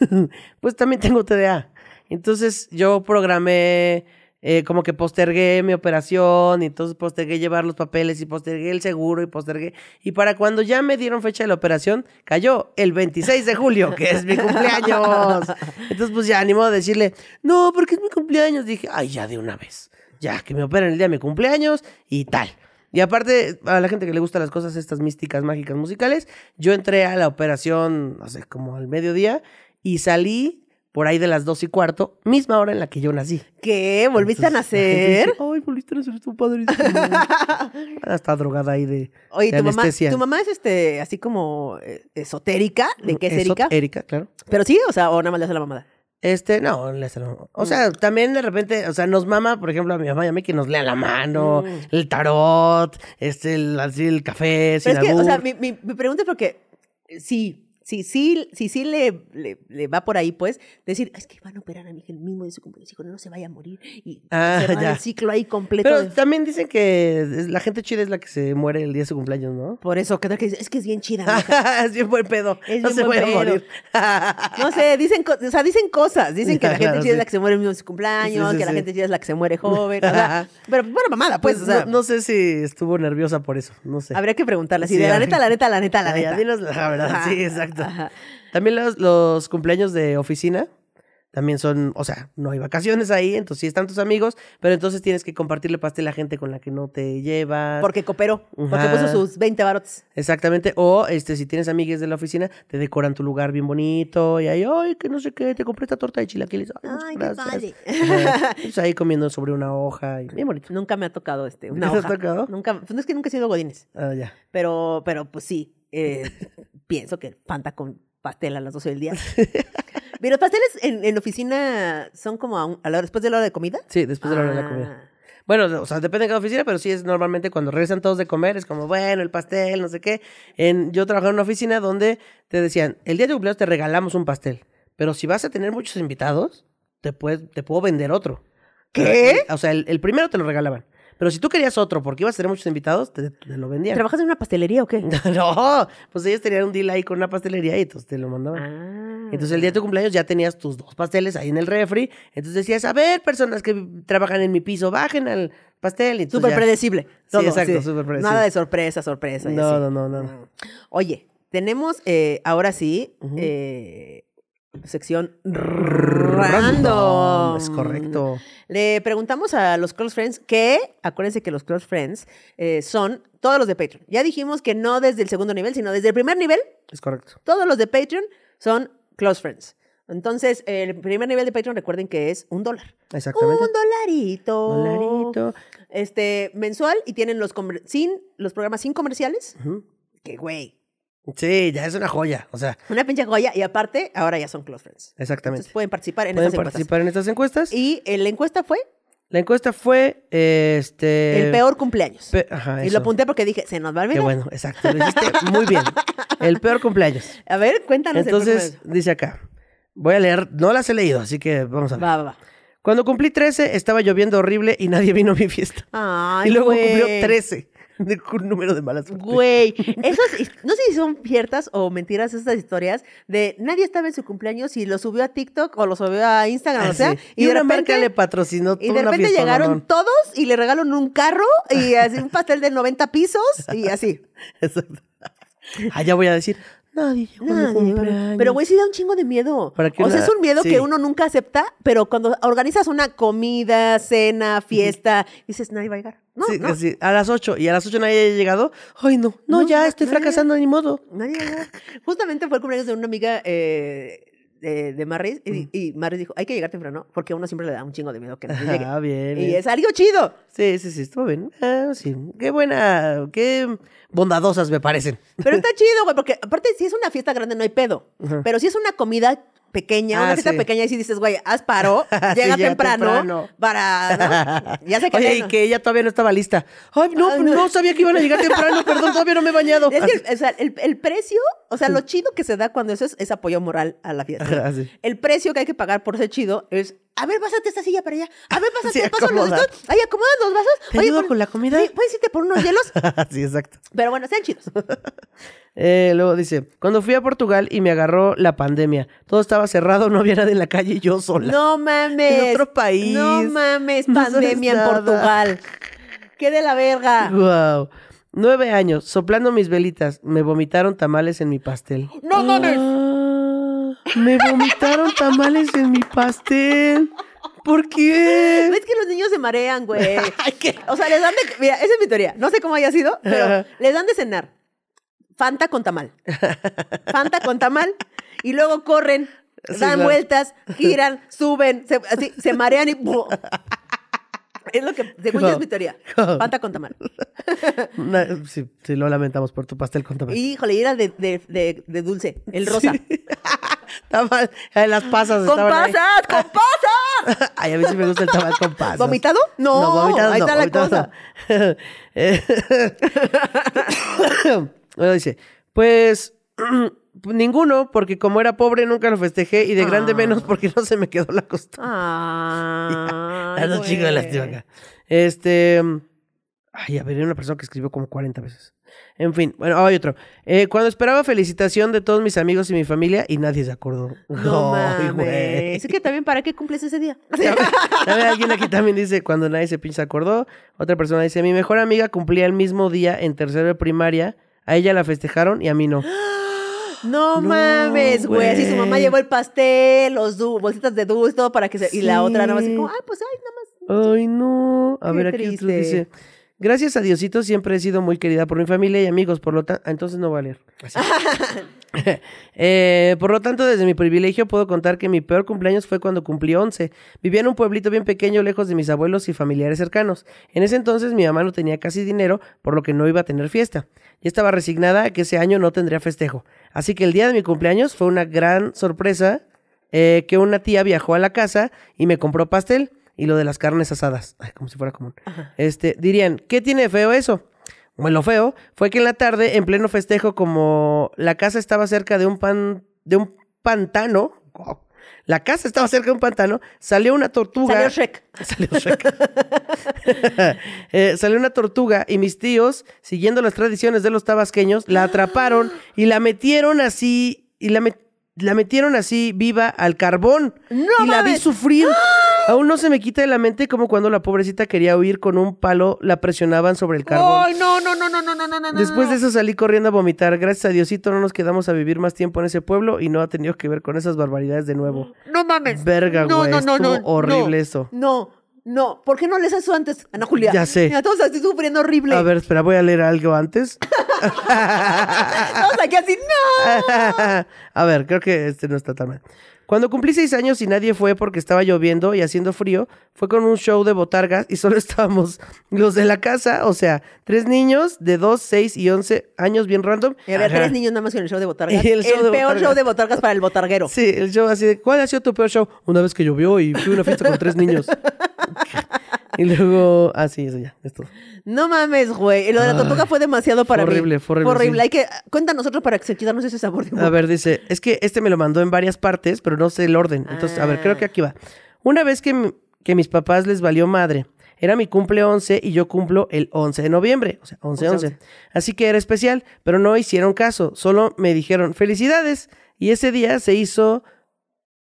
pues también tengo TDA. Entonces yo programé, eh, como que postergué mi operación, y entonces postergué llevar los papeles, y postergué el seguro, y postergué. Y para cuando ya me dieron fecha de la operación, cayó el 26 de julio, que es mi cumpleaños. Entonces, pues ya animo a decirle, no, porque es mi cumpleaños. Dije, ay, ya de una vez. Ya, que me operen el día de mi cumpleaños y tal. Y aparte, a la gente que le gustan las cosas estas místicas, mágicas, musicales, yo entré a la operación, no sé, como al mediodía, y salí por ahí de las dos y cuarto, misma hora en la que yo nací.
¿Qué? ¿Volviste
[laughs]
a
Entonces,
nacer?
Ay, volviste a nacer, tu padre.
[laughs]
Está drogada ahí de,
Oye,
de
tu mamá,
anestesia.
tu mamá es este, así como eh, esotérica, ¿de qué es
Eso-
Erika?
Erika, claro.
Pero sí, o sea, o nada más le hace la mamada.
Este, no, le hace la- o sea, también de repente, o sea, nos mama, por ejemplo, a mi mamá y a mí que nos lea la mano,
Mm.
el tarot, este, el, así el café, sin
Pero es que, o sea,
albur.
mi, mi- mi pregunta es porque eh, sí, si sí, si, sí le, le, le va por ahí, pues, decir, es que van a operar a mi hija el mismo de su cumpleaños, hijo, no se vaya a morir. Y
Ah,
cerrar
ya.
el ciclo ahí completo.
Pero
de-
también dicen que es- la gente chida es la que se muere el día de su cumpleaños, ¿no? [laughs]
Por eso, ¿qué tal que dice? Es que es bien chida. mi hija".
es bien buen pedo.
Es
no
bien
se
buen
vaya a
pedo. [laughs]
morir. Pues,
No sé, dicen, co- o sea, dicen cosas. Dicen que
Ya,
la gente
claro,
chida
sí.
es la que se muere el mismo de su cumpleaños,
Sí, sí,
que la
sí.
gente chida es la que se muere joven. o sea, pero bueno, mamada, pues,
pues
o sea,
no, no sé si estuvo nerviosa por eso. No sé.
habría que preguntarle así,
Sí,
de la
habría-
neta, la neta, la neta, la
Ya, ya,
neta.
dinos la verdad.
Ajá,
Sí, exacto.
ajá.
También los, los cumpleaños de oficina también son, o sea, no hay vacaciones ahí, entonces sí están tus amigos, pero entonces tienes que compartirle pastel a gente con la que no te llevas.
Porque cooperó, porque
Ajá.
puso sus 20 barotes.
Exactamente. O este, si tienes amigues de la oficina, te decoran tu lugar bien bonito y ahí, ay, que no sé qué, te compré esta torta de chilaquiles. Ay, muchas
Ay, qué
gracias.
padre. [laughs]
Ajá. Pues ahí comiendo sobre una hoja y bien bonito.
Nunca me ha tocado este, una
¿Nunca te
hoja.
ha tocado?
Nunca, pues, es que nunca he sido godines,
Ah, ya.
pero, pero pues sí, eh, [laughs] pienso que Fanta con pastel a las 12
[laughs]
del día. Pero los pasteles en, en oficina son como a, un- a la hora- después de la hora de comida.
Sí, después de la hora Pues de la comida.
Ah.
Bueno, o sea, depende de cada oficina, pero sí es normalmente cuando regresan todos de comer, es como, bueno, el pastel, no sé qué. En, yo trabajaba en una oficina donde te decían, el día de tu cumpleaños te regalamos un pastel, pero si vas a tener muchos invitados, te, puedes, te puedo vender otro.
¿Qué?
O sea, el, el primero te lo regalaban, pero si tú querías otro porque ibas a tener muchos invitados, te, te lo vendían.
Ah. ¿Trabajas en una pastelería o qué?
[laughs]
[laughs]
no, pues ellos tenían un deal ahí con una pastelería y entonces te lo mandaban.
Ah.
Entonces el día de tu cumpleaños ya tenías tus dos pasteles ahí en el refri. Entonces decías, a ver, personas que trabajan en mi piso, bajen al pastel. Y entonces
Súper
ya-
predecible. todo,
exacto, súper predecible.
Nada de sorpresa, sorpresa. y
No,
así. Mm.
no, no, no.
Oye, tenemos eh, ahora sí
Ujú.
eh, sección
Random,
random.
Es correcto.
Le preguntamos a los Close Friends que, acuérdense que los Close Friends eh, son todos los de Patreon. Ya dijimos que no desde el segundo nivel, sino desde el primer nivel,
Es correcto.
todos los de Patreon son Close Friends. Entonces, el primer nivel de Patreon, recuerden que es un dólar.
Exactamente.
Un dolarito.
Dolarito.
Este, mensual y tienen los, comer- sin, los programas sin comerciales.
Ujú.
Que güey.
Sí, ya es una joya. O sea,
Una pinche joya. Y aparte, ahora ya son close friends.
exactamente.
Entonces pueden participar en
Pueden
estas encuestas.
participar en estas encuestas.
Y eh, la encuesta fue
La encuesta fue este.
el peor cumpleaños.
pe- Ajá,
y
eso.
lo apunté porque dije, se nos va a
Qué
olvidar.
bueno, exacto. Lo hiciste muy
[laughs]
bien. El peor cumpleaños.
A ver, cuéntanos el
Entonces,
cumpleaños.
dice acá. Voy a leer, no las he leído, así que vamos a ver.
Va, va, va.
Cuando cumplí 13, estaba lloviendo horrible y nadie vino a mi fiesta.
Ay,
y luego
güey.
cumplió 13. [laughs] de un número de malas suerte.
Güey, esas, his- no sé si son ciertas o mentiras estas historias de nadie estaba en su cumpleaños y lo subió a TikTok o lo subió a Instagram, o
Así.
sea,
Ah, y,
y, de
una
repente,
marca le patrocinó toda
y de
una
repente
fiesta,
llegaron
mamón. [laughs]
todos y le regalaron un carro y así un pastel de 90 pisos y así.
Exacto. Ah, ya voy a decir, [laughs] nadie llegó a mi
Nadie, güey.
cumpleaños.
Pero, güey, sí da un chingo de miedo.
Para que
o sea,
una-
es un miedo
sí.
que uno nunca acepta, pero cuando organizas una comida, cena, fiesta, dices, nadie va a llegar. No,
Sí,
no,
así, a las 8 y a las 8 nadie ha llegado. Ay, no, no,
No,
ya
no,
estoy
no,
fracasando, ni modo.
nadie va a llegar. Justamente fue el cumpleaños de una amiga eh, de, de Marris y, y Marris dijo, hay que llegar temprano porque a uno siempre le da un chingo de miedo que nadie
[laughs]
llegue.
Ah, bien.
Y
bien.
es algo chido.
Sí, sí, sí, estuvo bien. Ah, sí. Qué buena, qué bondadosas me parecen.
Pero está chido, güey, porque aparte si es una fiesta grande no hay pedo. Pero si es una comida pequeña,
Ah,
una fiesta
sí.
pequeña y si dices, güey,
[laughs]
haz paro, llega
llega
temprano,
temprano. [laughs]
para... ¿no? Ya sé que...
Oye, y
bueno.
que ella todavía no estaba lista. Ay, no,
Ay,
no.
no.
sabía que iban a llegar temprano, perdón, todavía no me he bañado.
Es que,
[laughs]
el- o sea, el, el precio, o sea, lo chido que se da cuando eso es, es apoyo moral a la fiesta.
Ajá, sí.
El precio que hay que pagar por ser chido es, a ver, pásate esta silla para allá, a ver, pásate,
[laughs] Sí,
pasan los
acomoda.
estos, ahí acomodas los vasos.
¿Te ayudo con la comida?
Sí, puedes irte por unos hielos,
[laughs] sí, exacto.
pero bueno, sean chidos.
Eh, luego dice, cuando fui a Portugal y me agarró la pandemia, todo estaba cerrado, no había nadie en la calle y yo sola.
No mames.
En otro país.
No mames,
No sabes
pandemia en
nada.
Portugal. Qué de la verga.
Wow. Nueve años, soplando mis velitas, me vomitaron tamales en mi pastel.
No mames.
Ah, me vomitaron tamales en mi pastel. ¿Por qué?
¿Ves que los niños se marean,
[laughs]
güey? O sea, les dan de... Mira, esa es mi teoría. No sé cómo haya sido, pero
Ajá.
les dan de cenar. Fanta con tamal. Fanta con tamal. Y luego corren,
Sí,
dan
claro.
vueltas, giran, suben, se, así, se marean y... Es lo que, según yo, es mi teoría. Fanta con tamal.
Na- sí, sí, lo lamentamos por tu pastel con tamal.
Híjole, y era de, de- de- de dulce, el rosa.
[laughs] Tamal, eh, las pasas
¡Con
estaban ahí.
pasas! ¡Con pasas!
[laughs] Ay, a mí sí me gusta el tamal con pasas.
¿Vomitado? No, ahí está la
vomitado
cosa.
no. [coughs] Eh, bueno, dice, pues [clears throat] ninguno, porque como era pobre nunca lo festejé y de grande
Ah.
menos porque no se me quedó la costumbre.
Ah.
Las dos chicas las tengo acá. Este. Ay, a ver, hay una persona que escribió como 40 veces. En fin, bueno, hay otro. Eh, cuando esperaba felicitación de todos mis amigos y mi familia y nadie se acordó.
No
[laughs] Ay,
mames.
güey.
Es que también, ¿para qué cumples
[laughs]
ese día?
A ver, alguien aquí también dice, cuando nadie se pinche acordó. Otra persona dice, mi mejor amiga cumplía el mismo día en tercero de primaria. A ella la festejaron y a mí no.
[gasps]
No,
No, mames, güey. Así su mamá
güey.
llevó el pastel, los du- bolsitas de dulce, todo para que se. Y la otra nada más así
Sí.
como, ay, pues ay, nada más.
Ay, no. A
Qué
ver, aquí otro
triste.
dice, gracias a Diosito siempre he sido muy querida por mi familia y amigos, por lo tanto... Entonces no va a leer. Así. [laughs] Eh, por lo tanto, desde mi privilegio puedo contar que mi peor cumpleaños fue cuando cumplí 11. Vivía en un pueblito bien pequeño, lejos de mis abuelos y familiares cercanos. En ese entonces mi mamá no tenía casi dinero, por lo que no iba a tener fiesta. Y estaba resignada a que ese año no tendría festejo. Así que el día de mi cumpleaños fue una gran sorpresa eh, que una tía viajó a la casa y me compró pastel y lo de las carnes asadas. Ay, como si fuera común. Este, dirían, ¿qué tiene de feo eso? Bueno, lo feo fue que en la tarde, en pleno festejo, como la casa estaba cerca de un pan, de un pantano, wow, la casa estaba cerca de un pantano, salió una tortuga.
Salió Shrek.
[laughs] Salió Shrek. [laughs] Eh, salió una tortuga y mis tíos, siguiendo las tradiciones de los tabasqueños, la atraparon
[gasps]
y la metieron así, y la, met- la metieron así viva al carbón.
¡No
y la vi
mames! [gasps]
sufrir. Aún no se me quita de la mente como cuando la pobrecita quería huir con un palo, la presionaban sobre el carbón.
Ay, no, no, no, no, no, no, no, no. no,
Después de
no.
eso salí corriendo a vomitar. Gracias a Diosito no nos quedamos a vivir más tiempo en ese pueblo y no ha tenido que ver con esas barbaridades de nuevo.
No mames.
Verga,
no,
güey,
no, no, no,
estuvo horrible
no,
eso.
No, no. ¿Por qué no les eso antes, Ana Julia?
Ya sé.
Mira, todos así sufriendo horrible.
A ver, espera, voy a leer algo
[laughs]
antes.
Todos aquí así, no.
a ver, creo que este no está tan mal. Cuando cumplí seis años y nadie fue porque estaba lloviendo y haciendo frío, fue con un show de botargas y solo [laughs] estábamos los de la casa, o sea, tres niños de dos, seis y once años bien random.
Y había
Ajá.
tres niños nada más con el show de botargas.
Y [laughs] el show de
peor
botargas.
show de botargas para el botarguero.
Sí, el show así de, ¿cuál ha sido tu peor show? Una vez que llovió y fui a una fiesta con tres
[laughs]
niños. y luego, ah, sí, eso ya, es todo.
No mames, güey. Lo de la tortuga fue demasiado para mí.
horrible, fue horrible,
Horrible.
sí.
Hay que. Cuéntanos nosotros para que se quitarnos ese sabor de boca.
A ver, dice, es que este me lo mandó en varias partes, pero no sé el orden. Entonces, a ver, creo
Ah.
que aquí va. Una vez que, mi- que mis papás les valió madre, era mi cumple 11 y yo cumplo el 11 de noviembre, o sea, 11-11. Así que era especial, pero no hicieron caso, solo me dijeron felicidades. Y ese día se hizo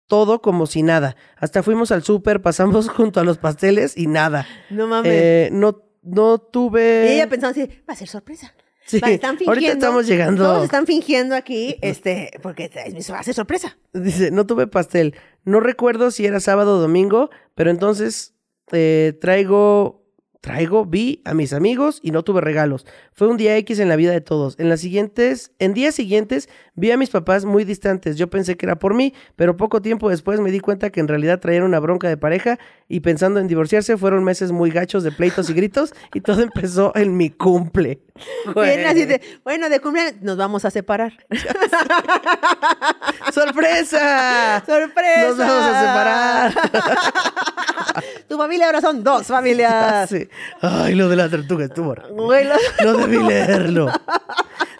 todo como si nada. Hasta fuimos al súper, [laughs] pasamos junto a los pasteles y nada.
No mames.
Eh, no, no tuve...
y ella pensaba así, va a ser sorpresa.
[laughs] Sí,
Va, están fingiendo.
ahorita estamos llegando.
Todos están fingiendo aquí, este, porque es- va a ser sorpresa.
Dice, no tuve pastel. No recuerdo si era sábado o domingo, pero entonces eh, traigo, traigo, vi a mis amigos y no tuve regalos. Fue un día X en la vida de todos. En las siguientes, en días siguientes, vi a mis papás muy distantes. Yo pensé que era por mí, pero poco tiempo después me di cuenta que en realidad traían una bronca de pareja y pensando en divorciarse fueron meses muy gachos de pleitos y gritos y todo [laughs] empezó en mi cumple.
Vienen así de, bueno, de cumpleaños nos vamos
[laughs]
a separar. [laughs]
¡Sorpresa!
¡Sorpresa!
Nos vamos a separar.
tu familia ahora son dos familias.
Sí. Ay, lo de la tortuga estuvo. horrible.
Güey, lo-
No debí leerlo.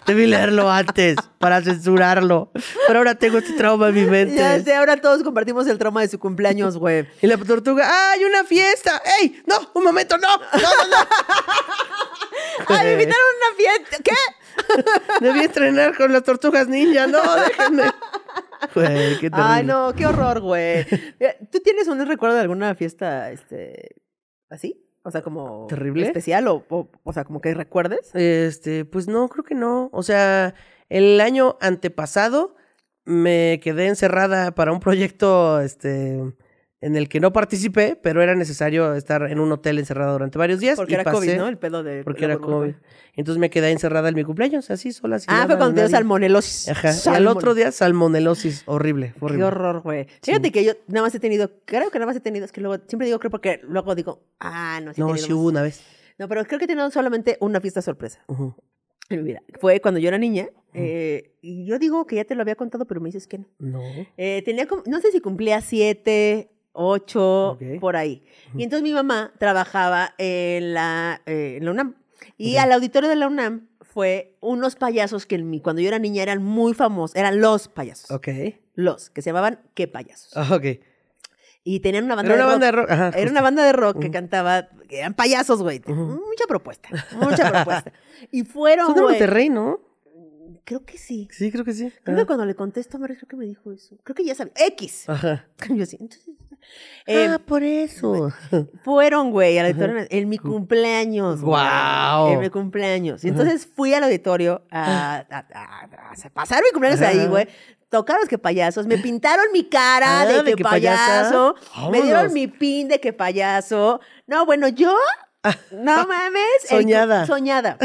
Debí leerlo antes para censurarlo. Pero ahora tengo este trauma en mi
ya
mente.
sé, ahora todos compartimos el trauma de su cumpleaños, güey.
Y la tortuga, ¡ay, una fiesta! ¡Ey! ¡No! ¡Un momento! ¡No! ¡No, no, no!
[laughs] ¡Ay, me invitaron a una fiesta! ¿Qué?
Debí entrenar con las tortugas ninja. ¡No, déjenme! Güey, qué terrible.
Ay, no, qué
[laughs]
horror, güey. Mira, ¿Tú tienes un recuerdo de alguna fiesta, este, así? O sea, como...
¿Terrible?
Especial o, o, o sea, como que recuerdes.
Este, pues no, creo que no. O sea, el año antepasado me quedé encerrada para un proyecto, este, en el que no participé, pero era necesario estar en un hotel encerrado durante varios días.
Porque
y
era
pasé-
COVID, ¿no? El pedo de...
Porque
la
era
burbuja.
COVID. Entonces me quedé encerrada en mi cumpleaños, así sola. sin
Ah,
nada,
fue
ni
cuando te dio
nadie.
salmonelosis.
Ajá. Y al
Salmon-
otro día, salmonelosis. Horrible, fue
Qué
horrible.
horror, güey. Fíjate que yo nada más he tenido, creo que nada más he tenido, es que luego, siempre digo creo porque luego digo, ah, no, sí he
No,
tenido
sí
más.
hubo una vez.
No, pero creo que he tenido solamente una fiesta sorpresa
Ujú.
en mi vida. Fue cuando yo era niña, eh, y yo digo que ya te lo había contado, pero me dices que no.
No.
Eh, tenía como- no sé si cumplía siete, ocho,
Ok.
por ahí. Y entonces mi mamá trabajaba en la, eh, en la UNAM. Y al auditorio de la UNAM fue unos payasos que en mi- cuando yo era niña eran muy famosos, eran los payasos.
Ok. [laughs]
Los, que se llamaban ¿Qué payasos?
Ah, Ok.
Y tenían una banda
Era una
de rock.
banda de rock. Ajá,
Era una
justo.
banda de rock que cantaba, que eran payasos, güey. Mucha propuesta,
[laughs]
mucha propuesta. Y fueron,
Son de
güey.
Monterrey, ¿no?
Creo que sí.
Sí, creo que sí.
Creo
Ah.
que cuando le contesto a Mario, creo que me dijo eso. Creo que ya sabía. X.
Ajá.
[laughs] Yo sí. Entonces, eh,
ah, por eso.
fueron, güey, al auditorio en- en mi cumpleaños. güey.
Guau.
En mi cumpleaños. Y entonces fui al auditorio a, a- a- a- a pasar mi cumpleaños ahí,
Ajá.
güey. Tocaron los que payasos, me pintaron mi cara
Ah,
de,
de
que,
que payasa.
payaso, me dieron
Vámonos.
mi pin de que payaso. No, bueno, yo, no mames. el-
Ah. Soñada. [laughs]
soñada.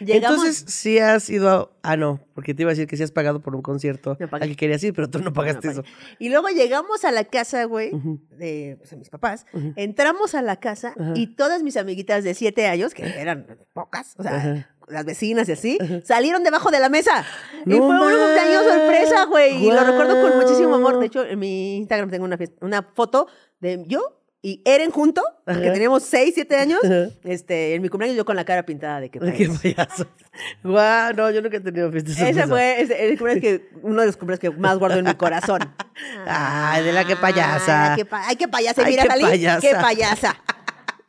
Llegamos,
Entonces, sí has ido a... Ah, no, porque te iba a decir que sí has pagado por un concierto
No pagué.
al que querías ir, pero tú no pagaste
No,
eso.
vale. Y luego llegamos a la casa, güey,
Ujú.
de pues, a mis papás. Entramos a la casa y todas mis amiguitas de siete años, que eran pocas, o sea,
Ajá.
las vecinas y así, salieron debajo de la mesa. y
No
fue un
más.
cumpleaños sorpresa, güey. Y lo
Guau.
recuerdo con muchísimo amor. De hecho, en mi Instagram tengo una, fies- una foto de yo y Eren junto, que
Ajá.
teníamos seis, siete años.
Ajá.
Este, en mi cumpleaños yo con la cara pintada de que...
Ay, Qué payaso. Guau, no, yo nunca he tenido fiestas.
Ese
sorpresa.
fue ese- el cumpleaños que, uno de los cumpleaños que más guardo en mi corazón.
Ay, de la que payasa.
Ay, qué, pa- ay, qué payasa. Y
Ay,
mira,
qué
Talí,
payasa.
qué payasa.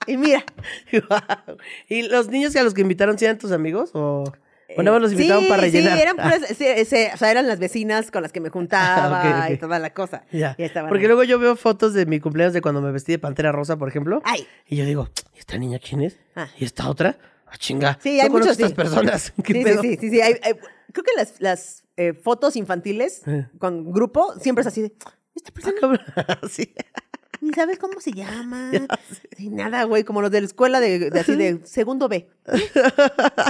Y mira.
[laughs] Guau. ¿Y los niños a los que invitaron sí eran tus amigos? ¿O, o
eh,
nada más los invitaron
sí,
para rellenar?
Sí, eran puras- sí, ese- o sea, eran las vecinas con las que me juntaba
Ah, [laughs] ok, ok.
y toda la cosa.
[laughs] Ya.
Y estaban
Porque
ahí.
luego yo veo fotos de mi cumpleaños de cuando me vestí de pantera rosa, por ejemplo.
Ay.
Y yo digo, ¿y esta niña quién es?
Ah.
¿Y esta otra? ¡Ah, chinga!
Sí,
no
hay
conozco
muchos, sí.
estas personas. [laughs] ¿Qué
sí, sí,
pedo?
sí, sí, sí, hay- hay- creo que las, las eh, fotos infantiles
Eh.
con grupo siempre es así de, esta
Ah,
persona
cabrón. [laughs] Sí.
ni sabes cómo se llama.
[laughs] Ya
Ni nada, güey, como los de la escuela de, de así de segundo B.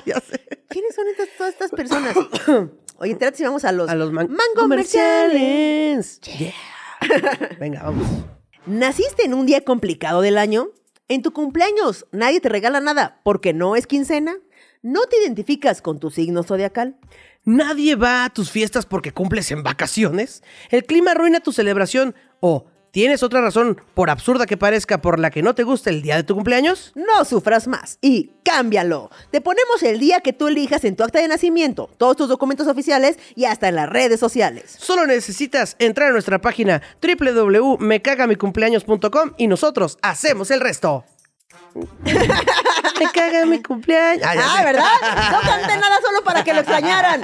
ya sé.
¿Quiénes son estas,
[coughs]
todas estas personas? [coughs] Oye, ¿te late si vamos a los,
A los man-
mango comerciales?
Yeah. [laughs] Venga, vamos.
¿Naciste en un día complicado del año? ¿En tu cumpleaños nadie te regala nada porque no es quincena? ¿No te identificas con tu signo zodiacal?
Nadie va a tus fiestas porque cumples en vacaciones. El clima arruina tu celebración. O tienes otra razón, por absurda que parezca, por la que no te gusta el día de tu cumpleaños.
No sufras más y cámbialo. Te ponemos el día que tú elijas en tu acta de nacimiento, todos tus documentos oficiales y hasta en las redes sociales.
Solo necesitas entrar a nuestra página www.mecagamicumpleaños.com y nosotros hacemos el [laughs] resto. Me caga mi cumpleaños. Ah, ya
Ah,
sé.
¿verdad? No canté nada solo para que lo
[laughs]
extrañaran.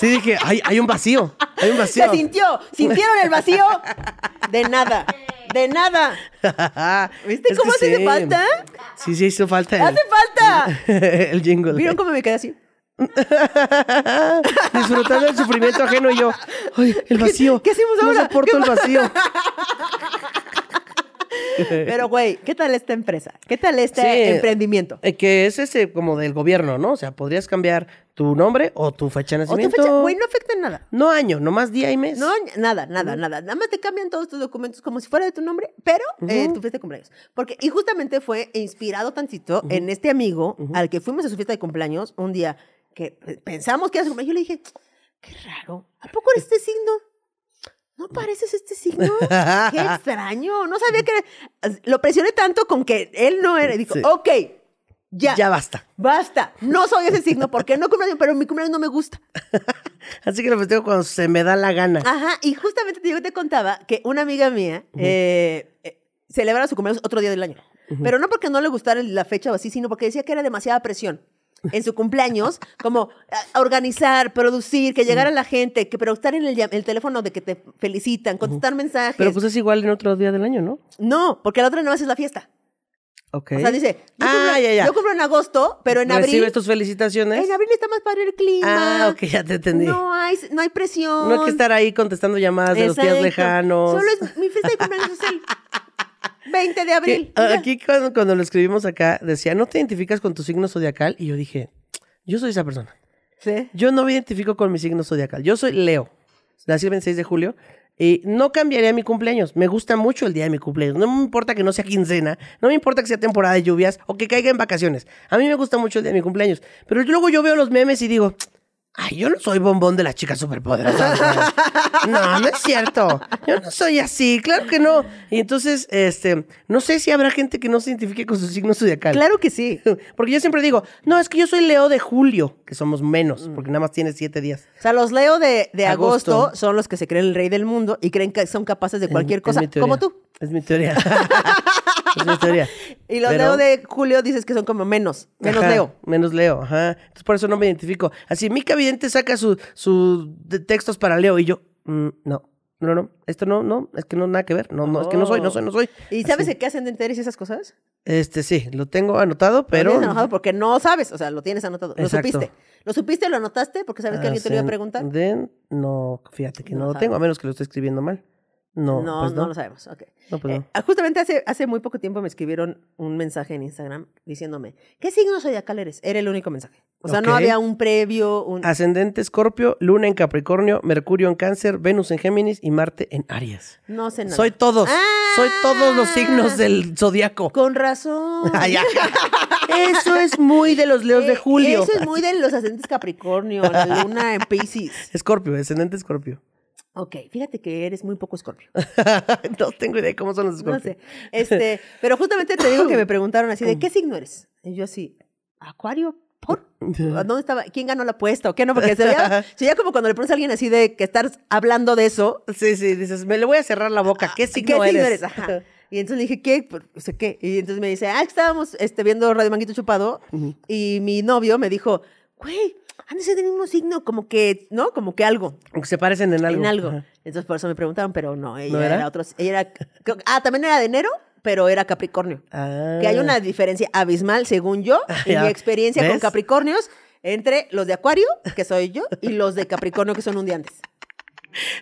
Sí, dije, hay, hay un vacío. Hay un vacío.
Se sintió. ¿Sintieron el vacío? De nada. De nada. [laughs] ¿Viste
Es
cómo
que
hace
sí.
falta?
Sí, sí, hizo falta. el-
¡Hace
[laughs]
falta!
el jingle.
¿Vieron cómo me quedé así?
disfrutando del sufrimiento ajeno y yo, ay, el vacío.
[laughs] qué hacemos ahora?
No soporto
¿Qué
el
pa-
vacío.
[laughs]
[laughs]
Pero, güey, ¿qué tal esta empresa? ¿Qué tal este
Sí.
emprendimiento?
Eh, que es ese como del gobierno, ¿no? O sea, podrías cambiar tu nombre o tu fecha de
O tu
nacimiento.
fecha, güey, no afecta en nada.
No año, nomás día y mes.
No, nada, nada, nada. Nada más te cambian todos tus documentos como si fuera de tu nombre, pero eh, tu fiesta de cumpleaños. Porque, y justamente fue inspirado tantito en este amigo al que fuimos a su fiesta de cumpleaños un día que eh, pensamos que era su cumpleaños. Yo le dije, qué raro, ¿a poco eres este signo? ¿No pareces este signo? Qué extraño. No sabía que era- Lo presioné tanto con que él no era. Y dijo,
Sí.
ok, ya.
Ya basta.
Basta, no soy ese signo porque no cumpleaños, pero mi cumpleaños no me gusta.
Así que lo festejo cuando se me da la gana.
Ajá, y justamente te digo, te contaba que una amiga mía eh, eh, celebraba su cumpleaños otro día del año. Pero no porque no le gustara la fecha o así, sino porque decía que era demasiada presión. En su cumpleaños, como a- organizar, producir, que llegara la gente, que, pero estar en el, llam- el teléfono de que te felicitan, contestar mensajes.
Pero pues es igual en otro día del año, ¿no?
no, porque la otra nada más es la fiesta.
Ok.
O sea, dice, yo,
Ah,
cumplo,
ya, ya.
yo cumplo en agosto, pero en
Recibe
abril.
tus felicitaciones.
En abril está más padre el clima.
Ah, ok, ya te entendí. No,
No hay, no hay presión.
hay que estar ahí contestando llamadas de los días
Exacto.
lejanos.
Solo es mi fiesta de cumpleaños es
[laughs]
el 20 de abril.
Que,
y ya.
Ah, aquí cuando, cuando lo escribimos acá decía, ¿no te identificas con tu signo zodiacal? Y yo dije, yo soy esa persona.
Sí.
Yo no me identifico con mi signo zodiacal. Yo soy Leo. Nací el 26 de julio. Y no cambiaría mi cumpleaños. Me gusta mucho el día de mi cumpleaños. No me importa que no sea quincena. No me importa que sea temporada de lluvias o que caiga en vacaciones. A mí me gusta mucho el día de mi cumpleaños. Pero yo- luego yo veo los memes y digo, Ay, yo no soy bombón de las chicas superpoderosas. [laughs] güey. No, no es cierto. Yo no soy así, claro que no. Y entonces, este, no sé si habrá gente que no se identifique con su signo zodiacal.
Claro que sí.
[laughs] Porque yo siempre digo, no, es que yo soy Leo de julio, que somos menos,
Mm.
porque nada más tiene siete días.
O sea, los Leo de, de agosto.
Agosto.
son los que se creen el rey del mundo y creen que son capaces de cualquier
Es
cosa,
mi teoría.
como tú.
Es mi teoría. [laughs] es mi teoría.
Y los
Pero-
Leo de julio dices que son como menos, menos
Ajá,
Leo.
Menos Leo, ajá. Entonces por eso no me identifico. Así, Mica Vidente saca sus textos para Leo y yo, mm, no, no, no, esto no, no, es que no, nada que ver, no, no, es que no soy, no soy, no soy.
Oh. ¿Y sabes
Así.
de qué ascendente eres y esas cosas?
Este, sí, lo tengo anotado,
Pero...
pero...
Lo tienes enojado porque no sabes, o sea, lo tienes anotado, lo
Exacto.
supiste. Lo supiste, lo anotaste porque sabes que alguien te lo iba a preguntar.
Ascenden- No, fíjate que no,
No
lo tengo, a menos que lo esté escribiendo mal. No,
No, no,
pues no.
lo sabemos. ok.
No, pues no.
Eh, justamente hace, hace muy poco tiempo me escribieron un mensaje en Instagram diciéndome, ¿qué signo zodiacal eres? Era el único mensaje. O sea, no
Ok. Ah,
había un previo, un...
Ascendente Escorpio, Luna en Capricornio, Mercurio en Cáncer, Venus en Géminis y Marte en Aries.
No sé nada.
Soy todos, soy todos los
Ah.
signos del zodiaco. [laughs]
Con razón. [laughs]
Ay, ay, ay. Eso es muy de los leos de
Eh,
julio.
Eso es muy de los ascendentes Capricornio,
[laughs]
la luna en Pisces.
Escorpio, ascendente Escorpio. [laughs]
Ok, fíjate que eres muy poco escorpio.
no tengo idea de cómo son los
No
escorpios.
sé. Este, pero justamente te digo que
[laughs]
me preguntaron así, ¿de qué signo eres? Y yo así, ¿acuario? ¿Por? ¿A ¿Dónde estaba? ¿Quién ganó la apuesta? ¿O qué no? Porque sería, sería como cuando le pones a alguien así de que estar hablando de eso.
[laughs] Sí, sí, dices, me le voy a cerrar la boca. ¿Qué signo
Ah, ¿Qué
eres?
signo eres? Ajá. Y entonces le dije, ¿qué? Por- O sea, ¿qué? Y entonces me dice, ah, que estábamos este, viendo Radio Manguito Chupado y mi novio me dijo, güey, han de ser del mismo signo, como que, ¿no? Como que algo.
Aunque [laughs] se parecen en algo.
en algo.
Ajá.
Entonces por eso me preguntaron, pero no, ella
¿No
era?
era?
otro, ella era, creo- ah, también era de enero, pero era Capricornio.
Ah.
Que hay una diferencia abismal, según yo, en
ya.
mi experiencia con
¿Ves?
Capricornios, entre los de Acuario, que soy yo, y los de Capricornio, que son un día antes.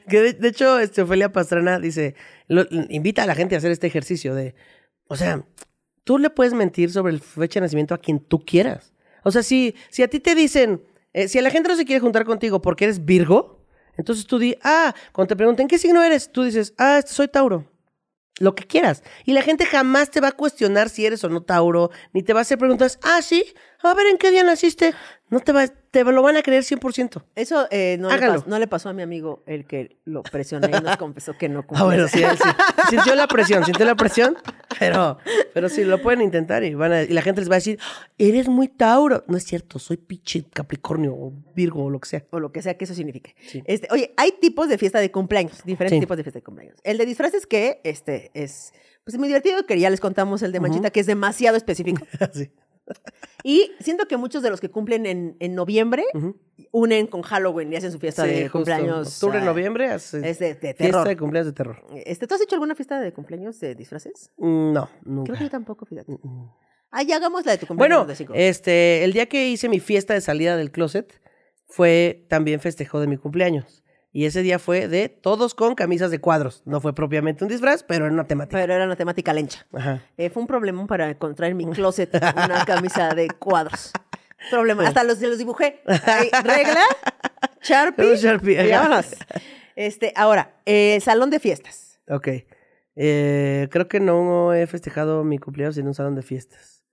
Que de, de hecho, este, Ofelia Pastrana dice, lo- invita a la gente a hacer este ejercicio de, o sea, tú le puedes mentir sobre el fecha de nacimiento a quien tú quieras. O sea, si, si a ti te dicen, eh, si a la gente no se quiere juntar contigo porque eres Virgo, entonces tú di, ah, cuando te pregunten, ¿qué signo eres? Tú dices, ah, este, soy Tauro. Lo que quieras. Y la gente jamás te va a cuestionar si eres o no Tauro, ni te va a hacer preguntas, ah, sí, a ver en qué día naciste. No te va, te lo van a creer 100%.
Eso eh, no, le
Hágalo.
pas- no le pasó a mi amigo el que lo presioné
[laughs]
y nos confesó que no
Ah,
cumplía.
bueno, sí, él
[laughs]
sí. Sintió la presión, sintió la presión, pero, pero sí, lo pueden intentar y, van a- y la gente les va a decir, "Ah, eres muy Tauro. No es cierto, soy pinche Capricornio o Virgo o lo que sea. [laughs]
o lo que sea que eso signifique.
Sí.
Este, oye, hay tipos de fiesta de cumpleaños, diferentes
Sí.
tipos de fiesta de cumpleaños. El de disfraces que este es pues muy divertido, que ya les contamos el de Manchita, que es
[laughs]
demasiado específico.
Sí.
Y siento que muchos de los que cumplen en, en noviembre
Ujú.
unen con Halloween y hacen su fiesta
Sí,
de
justo.
cumpleaños.
Octubre,
ah,
noviembre, hace
Es de, de
fiesta
terror.
de cumpleaños de terror.
Este, ¿Tú has hecho alguna fiesta de cumpleaños de disfraces?
Mm, No,
Creo que yo
nunca.
tampoco, fíjate.
Mm.
Ah, ya hagamos la de tu cumpleaños.
Bueno,
de cinco.
este, el día que hice mi fiesta de salida del closet fue también festejo de mi cumpleaños. Y ese día fue de todos con camisas de cuadros. No fue propiamente un disfraz, pero era una temática.
Pero era una temática lencha.
Ajá.
Eh, fue un problemón para encontrar en mi closet una camisa de cuadros. Problema. Hasta los, los dibujé. Ahí, regla, Sharpie.
Un Sharpie, ajá.
y vámonos. Este, ahora, eh, salón de fiestas.
Ok. Eh, creo que no he festejado mi cumpleaños en un salón de fiestas.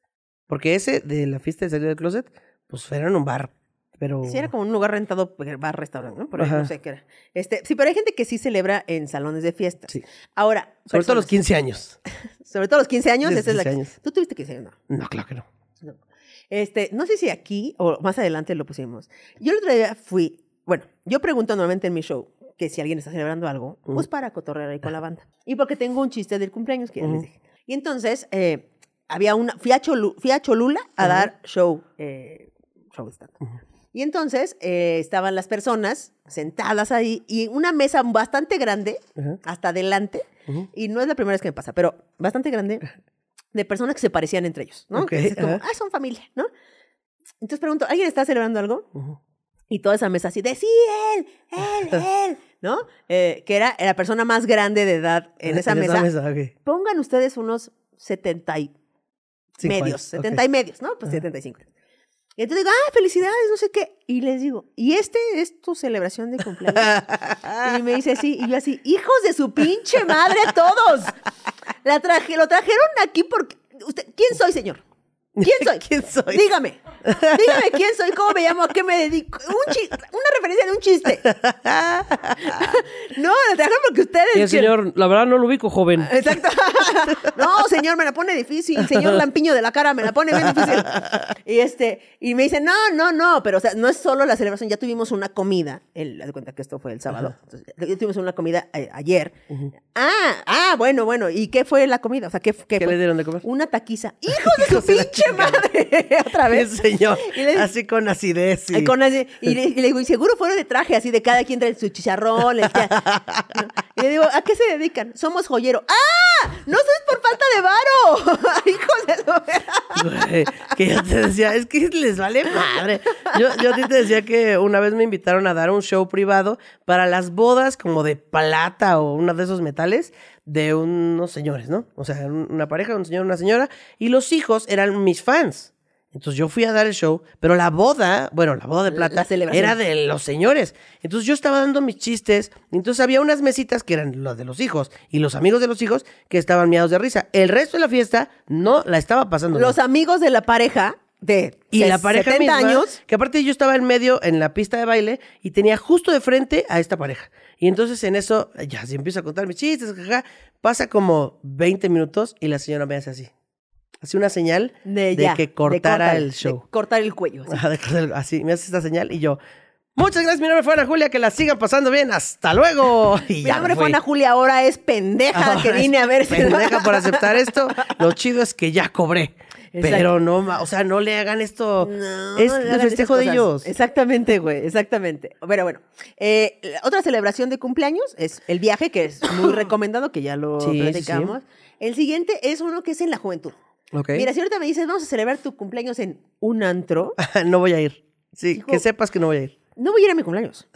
Porque ese de la fiesta de salir del closet, pues era en un bar. Pero.
Sí, era como un lugar rentado, bar, restaurante, ¿no? Por ahí,
Oh. Ajá.
no sé qué era. Este, sí, pero hay gente que sí celebra en salones de fiestas.
Sí.
Ahora,
Sobre todo a los
personas,
15 años.
sobre todo los 15 años,
Desde
esa es la
15
que-
años.
Tú tuviste 15 años, no.
No, claro que no.
No. Este, no sé si aquí o más adelante lo pusimos. Yo el otro día fui, bueno, yo pregunto normalmente en mi show que si alguien está celebrando algo, pues para cotorrear ahí con la banda. Y porque tengo un chiste del cumpleaños que ya les dije. Y entonces, eh, había una, fui a, Cholu- fui a Cholula a dar show, eh, show de stand-up. Y entonces eh, estaban las personas sentadas ahí y una mesa bastante grande,
Ajá.
hasta adelante,
Ujú.
y no es la primera vez que me pasa, pero bastante grande, de personas que se parecían entre ellos, ¿no?
Ok,
Que es como,
ajá.
ah, son familia, ¿no? Entonces pregunto, ¿alguien está celebrando algo?
Ujú.
Y toda esa mesa así de, sí, él, [laughs] él, él, ¿no? Eh, que era la persona más grande de edad Ah, en esa mesa.
ok.
Pongan ustedes unos 70 y
Sí,
medios,
¿cuál?
70 y
Ok.
medios, ¿no? Pues
Ajá.
75. Y entonces digo, ah, felicidades, no sé qué. Y les digo, ¿y este es tu celebración de
[laughs]
cumpleaños? y me dice así, y yo así, hijos de su pinche madre todos. La traje, lo trajeron aquí porque... Usted, ¿Quién soy, señor? ¿Quién soy?
[laughs] ¿Quién soy?
Dígame. Dígame quién soy, cómo me llamo, a qué me dedico. Un chi- una referencia de
[laughs]
un chiste. [laughs] no, la trajeron porque ustedes. [laughs]
Sí, señor, la verdad no lo ubico, joven.
Exacto. No, señor, me la pone difícil. Señor Lampiño de la cara, me la pone bien difícil. Y este, y me dice, no, no, no, pero o sea, no es solo la celebración, ya tuvimos una comida. El, haz de cuenta que esto fue el sábado. Entonces, ya tuvimos una comida a- ayer. Ah, ah, bueno, bueno. ¿Y qué fue la comida? O sea, ¿qué,
¿Qué
fue?
le dieron de comer? [laughs]
Una taquiza. ¡Hijos de su
Hijos de la
pinche madre! [laughs] Otra
Sí,
vez.
señor.
Y le-
Así con acidez.
Ay,
Y...
con así-
[laughs]
y, le, y le digo, y seguro fueron de traje, así de cada quien trae su
[laughs]
chicharrón. el que- ¿no? Y le digo, ¿a qué se dedican? Somos joyeros. ¡Ah! ¡No sois por falta de varo! [laughs] ¡Hijos de su...
Güey, [laughs] que yo te decía, es que les vale madre. Yo, yo a ti te decía que una vez me invitaron a dar un show privado para las bodas como de plata o uno de esos metales de unos señores, ¿no? O sea, un- una pareja, un señor, una señora, y los hijos eran mis fans. Entonces yo fui a dar el show, pero la boda, bueno, la boda de plata
la celebración.
era de los señores. Entonces yo estaba dando mis chistes, entonces había unas mesitas que eran las de los hijos y los amigos de los hijos que estaban miados de risa. El resto de la fiesta no la estaba pasando. bien.
Los amigos de la pareja de
Y la pareja
70
misma,
años.
que aparte yo estaba en medio en la pista de baile y tenía justo de frente a esta pareja. Y entonces en eso, ya se empiezo a contar mis chistes, jaja, pasa como 20 minutos y la señora me hace así. Hace una señal de,
De, ya,
que
de
cortara
cortar,
el
de
show.
cortar el cuello. así.
Ajá, de cortar el- Así, me hace esta señal y yo, muchas gracias, mi nombre fue Ana Julia, que la sigan pasando bien, hasta luego. [laughs] Y
Mi
ya
nombre
me
fue
fui.
Ana Julia, ahora es pendeja
Ahora
[laughs] que vine
Ah, es
a ver si... [laughs]
Pendeja por aceptar esto. Lo chido es que ya cobré.
Exacto.
Pero no, ma- o sea, no le hagan esto.
No,
es
no le
el
hagan
festejo
esas
de
cosas.
ellos.
Exactamente, güey, exactamente. Pero bueno, eh, la otra celebración de cumpleaños es el viaje, que es
[clears throat]
muy recomendado, que ya lo
Sí, sí,
platicamos. El siguiente es uno que es en la juventud.
Ok. [laughs]
Mira, si ahorita me dices, vamos a celebrar tu cumpleaños en un antro,
no voy a ir. Sí,
Hijo.
que sepas que no voy a ir.
no voy a ir a
[laughs]
mi cumpleaños.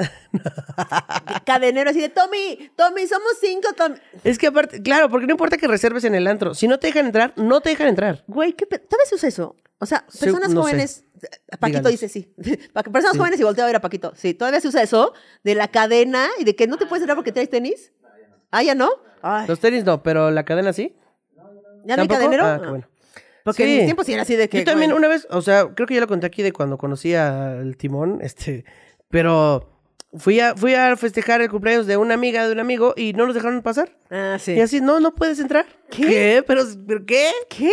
Cadenero así de, Tommy, Tommy, somos cinco, Tommy.
Es que aparte, claro, porque no importa que reserves en el antro. Si no te dejan entrar, no te dejan entrar.
Güey, ¿qué pe- ¿todavía se usa eso? O sea,
Sí,
personas
no sé.
jóvenes. eh, Paquito
Díganos.
dice sí. [laughs] Pa- Personas jóvenes y volteo a ver a Paquito. Sí, todavía se usa eso de la cadena y de que no te puedes entrar porque traes tenis. Ah, ya no. Ay,
Los tenis no, pero la cadena sí.
¿Ya no hay
¿Tampoco?
cadenero?
Ah, qué bueno.
Porque en
Sí.
mis tiempos sí era así de que.
Yo también
güey,
una vez, o sea, creo que ya lo conté aquí de cuando conocí al timón, este, pero fui a, fui a festejar el cumpleaños de una amiga, de un amigo, y no nos dejaron pasar.
Ah, sí.
Y así, no, no puedes entrar.
¿Qué?
¿Pero, pero qué?
¿Qué?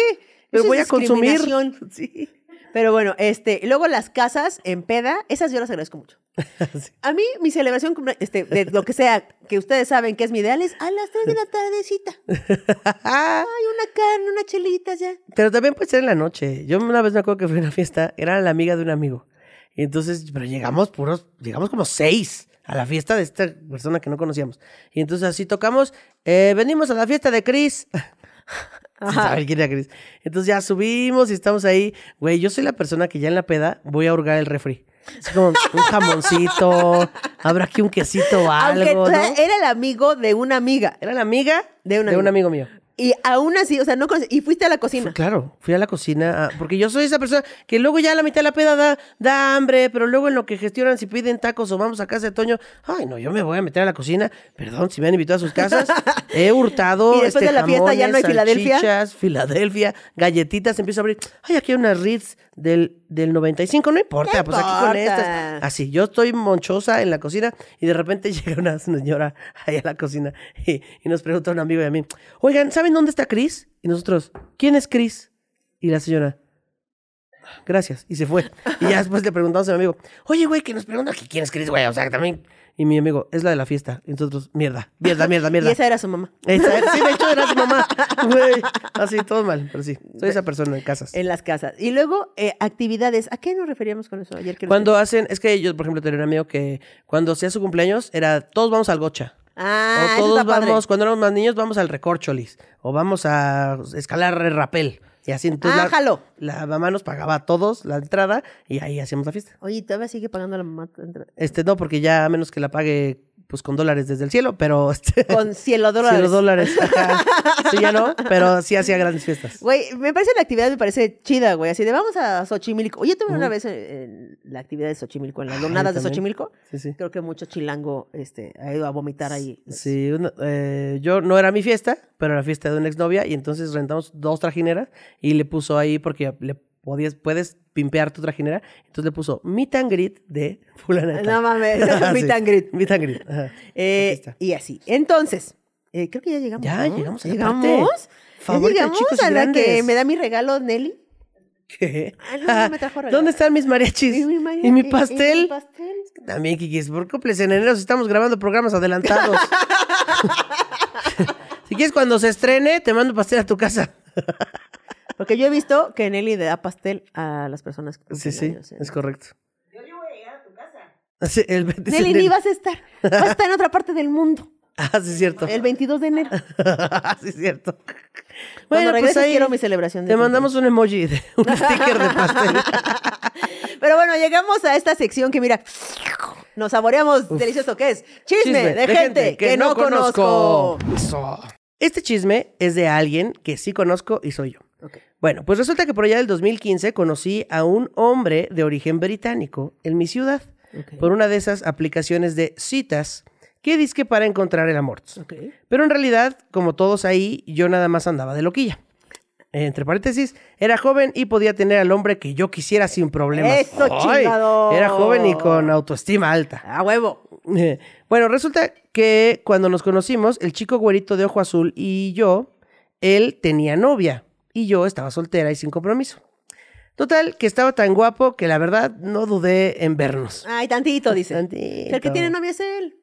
Pero
Eso
voy
es
a consumir. [laughs]
discriminación. [laughs]
Sí.
Pero bueno, este, y luego las casas en peda, esas yo las agradezco mucho.
[laughs] Sí.
A mí, mi celebración cumplea- este, de lo que sea, que ustedes saben que es mi ideal, es a las 3 de la
[laughs]
tardecita. Hay una carne, una chelita ya.
Pero también puede ser en la noche. Yo una vez me acuerdo que fui a una fiesta, era la amiga de un amigo. Y entonces, pero llegamos puros, llegamos como seis a la fiesta de esta persona que no conocíamos. Y entonces así tocamos, eh, venimos a la fiesta de Chris. [laughs] Sin
Ajá.
saber quién era Chris. Entonces ya subimos y estamos ahí. Güey, yo soy la persona que ya en la peda voy a hurgar el refri. Así como un jamoncito, [laughs] habrá aquí un quesito o
Aunque
algo,
o sea,
¿no?
[laughs] era el amigo de una amiga.
Era la amiga
De un
un amigo mío.
Y aún así, o sea, no conocí- Y fuiste a la
Fui-
cocina.
claro, fui a la cocina, a- porque yo soy esa persona que luego ya a la mitad de la peda da, da hambre, pero luego en lo que gestionan, si piden tacos o vamos a casa de Toño, ay, no, yo me voy a meter a la cocina, perdón, si me han invitado a sus
[laughs]
casas, he hurtado. este
Y después de la fiesta ya no hay Filadelfia.
salchichas, Filadelfia, galletitas, empiezo a abrir, ay, aquí hay unas Ritz del, del 95, no importa,
No
pues aquí con
importa.
estas. Así, yo estoy monchosa en la cocina y de repente [laughs] llega una señora ahí a la cocina y, y nos pregunta a un amigo y a mí, oigan, ¿saben dónde está Cris? Y nosotros, ¿quién es Cris? Y la señora, gracias, y se fue. Y ya después le preguntamos a mi amigo, oye, güey, que nos pregunta que quién es Cris, güey, o sea, que también... Y mi amigo, es la de la fiesta. Y nosotros, mierda, mierda, mierda,
[laughs] Y
mierda.
esa era su mamá.
Esa- sí, de hecho era su [laughs] mamá, güey. Así, todo mal, pero sí, soy esa persona en casas.
En las casas. Y luego, eh, actividades. ¿A qué nos referíamos con eso ayer? Que nos-
Cuando hacen, es que yo, por ejemplo, tenía un amigo que cuando hacía su cumpleaños era todos vamos al gocha.
Ah,
o
eso
todos
está padre.
vamos, cuando éramos más niños, vamos al recorcholis. O vamos a escalar el rapel. Y así entonces.
Ah,
la-
jalo.
La, mamá nos pagaba a todos la entrada y ahí hacíamos la fiesta.
Oye, todavía sigue pagando la mamá. tu entrada?
Este no, porque ya a menos que la pague pues con dólares desde el cielo, pero este, [laughs]
Con cielo dólares.
cielo dólares. ajá. sí, ya no, pero sí hacía grandes fiestas.
Güey, me parece la actividad, me parece chida, güey. Así de vamos a Xochimilco. Oye, tuve una vez eh, en la actividad de Xochimilco, en las
Ay,
donadas de
Ah, también.
Xochimilco.
Sí, sí.
Creo que mucho chilango este, ha ido a vomitar ahí.
Sí, una- eh, yo no era mi fiesta, pero era la fiesta de una exnovia y entonces rentamos dos trajineras y le puso ahí porque le podías, puedes pimpear tu trajinera. Entonces le puso meet and greet de [laughs] fulana. de tal. Ah, [laughs]
No mames, meet
Sí,
and greet.
Meet and greet. ajá.
Eh,
Aquí está.
y así. Entonces, eh, creo que ya llegamos.
Ya
¿no?
llegamos a la
llegamos.
parte
Ya
favorita de
llegamos
chicos y
a la que
grandes.
me da mi regalo Nelly.
[laughs] ¿Qué?
Ah, no, no me trajo regalo.
¿Dónde están mis
[laughs]
mariachis? ¿Y mi,
mari-
pastel?
y mi pastel.
También, Kikis, ¿por qué cumples en enero si estamos grabando programas
[laughs]
adelantados? si quieres, cuando se estrene, te mando pastel a tu casa.
Porque yo he visto que Nelly le da pastel a las personas que
Sí,
cumplen
sí,
años, ¿eh?
[laughs] es correcto. Yo le voy a llegar a tu casa. Sí, el 20
Nelly
de
ni
enero.
vas a estar. Vas a estar en otra parte del mundo.
[laughs] Ah, sí, es cierto.
El 22 de enero.
[laughs] sí, es cierto.
Cuando
Bueno,
regreses
pues ahí
quiero mi celebración. de
te
cumpleaños.
mandamos un emoji,
[laughs]
de- un sticker de pastel.
Pero bueno, llegamos a esta sección que mira, nos saboreamos delicioso que es [laughs] chisme, de, gente, que, no conozco.
Eso. Este chisme es de alguien que sí conozco y soy yo. Bueno, pues resulta que por allá del 2015 conocí a un hombre de origen británico en mi ciudad
Ok.
por una de esas aplicaciones de citas que disque para encontrar el amor. Pero en realidad, como todos ahí, yo nada más andaba de loquilla. Entre paréntesis, era joven y podía tener al hombre que yo quisiera sin problemas.
¡Eso, chingado!
Era joven y con autoestima alta.
A huevo.
Eh, Bueno, resulta que cuando nos conocimos, el chico güerito de ojo azul y yo, él tenía novia y yo estaba soltera y sin compromiso. Total, que estaba tan guapo que la verdad no dudé en
[laughs]
vernos.
Ay, tantito, dice.
Tantito.
El que tiene novia es él.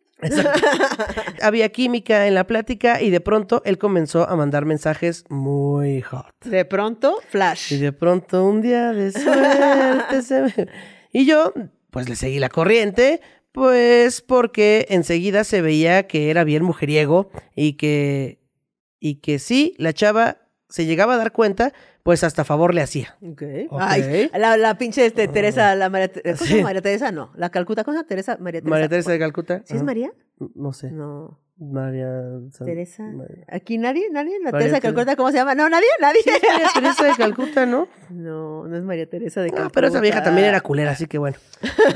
Había química en la plática y de pronto él comenzó a mandar mensajes muy hot.
De pronto, flash.
Y de pronto un día de suerte se me- [laughs] Y yo, pues le seguí la corriente, pues porque enseguida se veía que era bien mujeriego y que... Y que sí, la chava se llegaba a dar cuenta, pues hasta favor le hacía. Ok.
Ay, la, la pinche este, Teresa, la María Teresa.
Ah. Sí.
María Teresa? No, la Calcuta. ¿Cómo se llama Teresa? María Teresa.
María Teresa de Calcuta.
¿Sí es
Ajá.
María?
No sé.
No.
María... San-
Teresa. [laughs]
María
Aquí nadie, nadie. La
María
Teresa de
Teresa.
Calcuta, ¿cómo se llama? No, nadie, nadie.
María Teresa de Calcuta, ¿no?
No, no es María Teresa de Calcuta.
No, Ah, pero esa vieja también era culera, así que bueno. [laughs]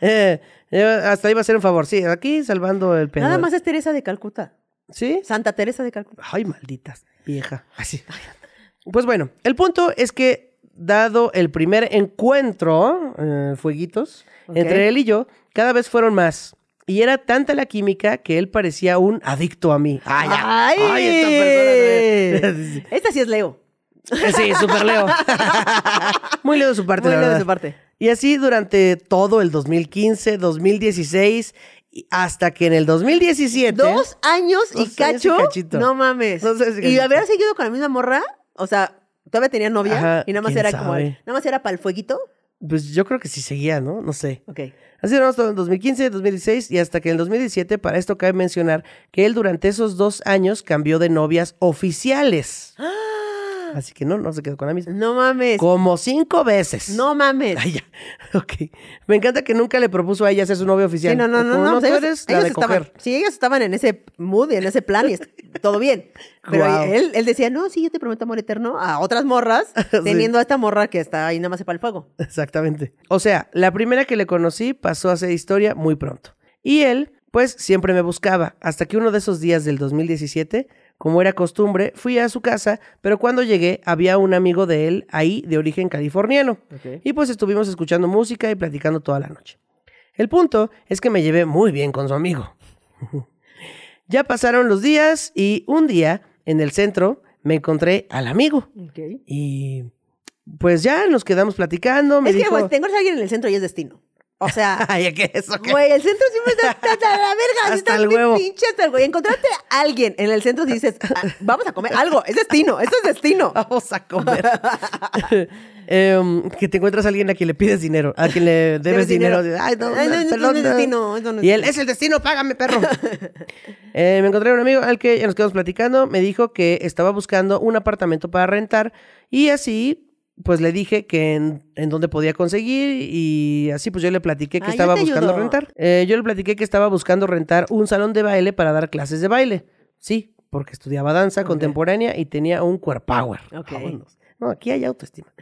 Eh, eh, hasta iba a ser un favor, sí, aquí salvando el pedo.
Nada más es Teresa de Calcuta.
¿Sí?
Santa Teresa de Calcuta.
Ay, malditas, vieja. Así. Pues bueno, el punto es que, dado el primer encuentro, eh, fueguitos,
Ok.
entre él y yo, cada vez fueron más. Y era tanta la química que él parecía un adicto a mí. ¡Ay, Ah, ya.
¡Ay!
¡Ay, esta [laughs] persona! también.
Esta sí es Leo.
sí, súper [laughs] Leo. Muy Leo de su parte,
Muy
la
Leo de
verdad.
su parte.
Y así durante todo el 2015, 2016, y hasta que en el 2017...
Dos años
Dos
y
años y
cacho.
cachito.
no mames.
Dos años y
y
cachito.
haber seguido con la misma morra, o sea, todavía tenía novia
Ajá,
y nada más
quién
era como,
sabe.
nada más era para el fueguito.
Pues yo creo que sí seguía, ¿no? No sé.
Ok.
Así duramos todo en 2015, 2016 y hasta que en el 2017, para esto cabe mencionar que él durante esos dos años cambió de novias oficiales.
¡Ah!
Así que no, no se quedó con la misma.
No mames.
Como cinco veces.
Pues, No mames.
Ay, ya. [laughs] Ok. Me encanta que nunca le propuso a ella ser su novia oficial.
Sí, no, no, no,
Como,
no. pues
tú
ellos-
eres la
ellos
de
estaban,
coger.
sí, ellos estaban en ese mood, y en ese plan y es- todo bien. Pero
Guau.
él, él decía, no, sí, yo te prometo amor eterno a otras morras,
[laughs] Sí.
teniendo a esta morra que está ahí nada más para el fuego.
Exactamente. O sea, la primera que le conocí pasó a ser historia muy pronto. Y él, pues, siempre me buscaba, hasta que uno de esos días del 2017, como era costumbre, fui a su casa, pero cuando llegué había un amigo de él ahí de origen californiano. Y pues estuvimos escuchando música y platicando toda la noche. El punto es que me llevé muy bien con su amigo. [laughs] ya pasaron los días y un día, en el centro, me encontré al amigo. Y pues ya nos quedamos platicando. Me
es que,
dijo,
güey, te encuentras a alguien en el centro y es destino. O sea,
Ay, ¿a ¿qué es eso? ¿Qué?
güey, el centro siempre está hasta la verga.
Hasta
está
el
bien
huevo.
Pinche hasta el güey. Encontrarte a alguien en el centro
[laughs]
y dices, "Ah, vamos a comer algo. Es destino, esto es destino.
Vamos a comer. [laughs] Em, que te encuentras a alguien a quien le pides dinero, a
[laughs]
quien le debes
Debes
dinero.
dinero.
Ay, no,
Ay, no, esto
perdón,
no es
no.
destino, esto no es
y él,
destino.
es el destino, págame,
[laughs]
perro. Eh, me encontré a un amigo al que ya nos quedamos platicando. Me dijo que estaba buscando un apartamento para rentar y así. Pues le dije que en, en dónde podía conseguir y así pues yo le platiqué que
Ah, yo
estaba
te
buscando
ayudo.
rentar. Eh, yo le platiqué que estaba buscando rentar un salón de baile para dar clases de baile. Sí, porque estudiaba danza contemporánea y tenía un core power.
Ok.
Vámonos. No, aquí hay autoestima.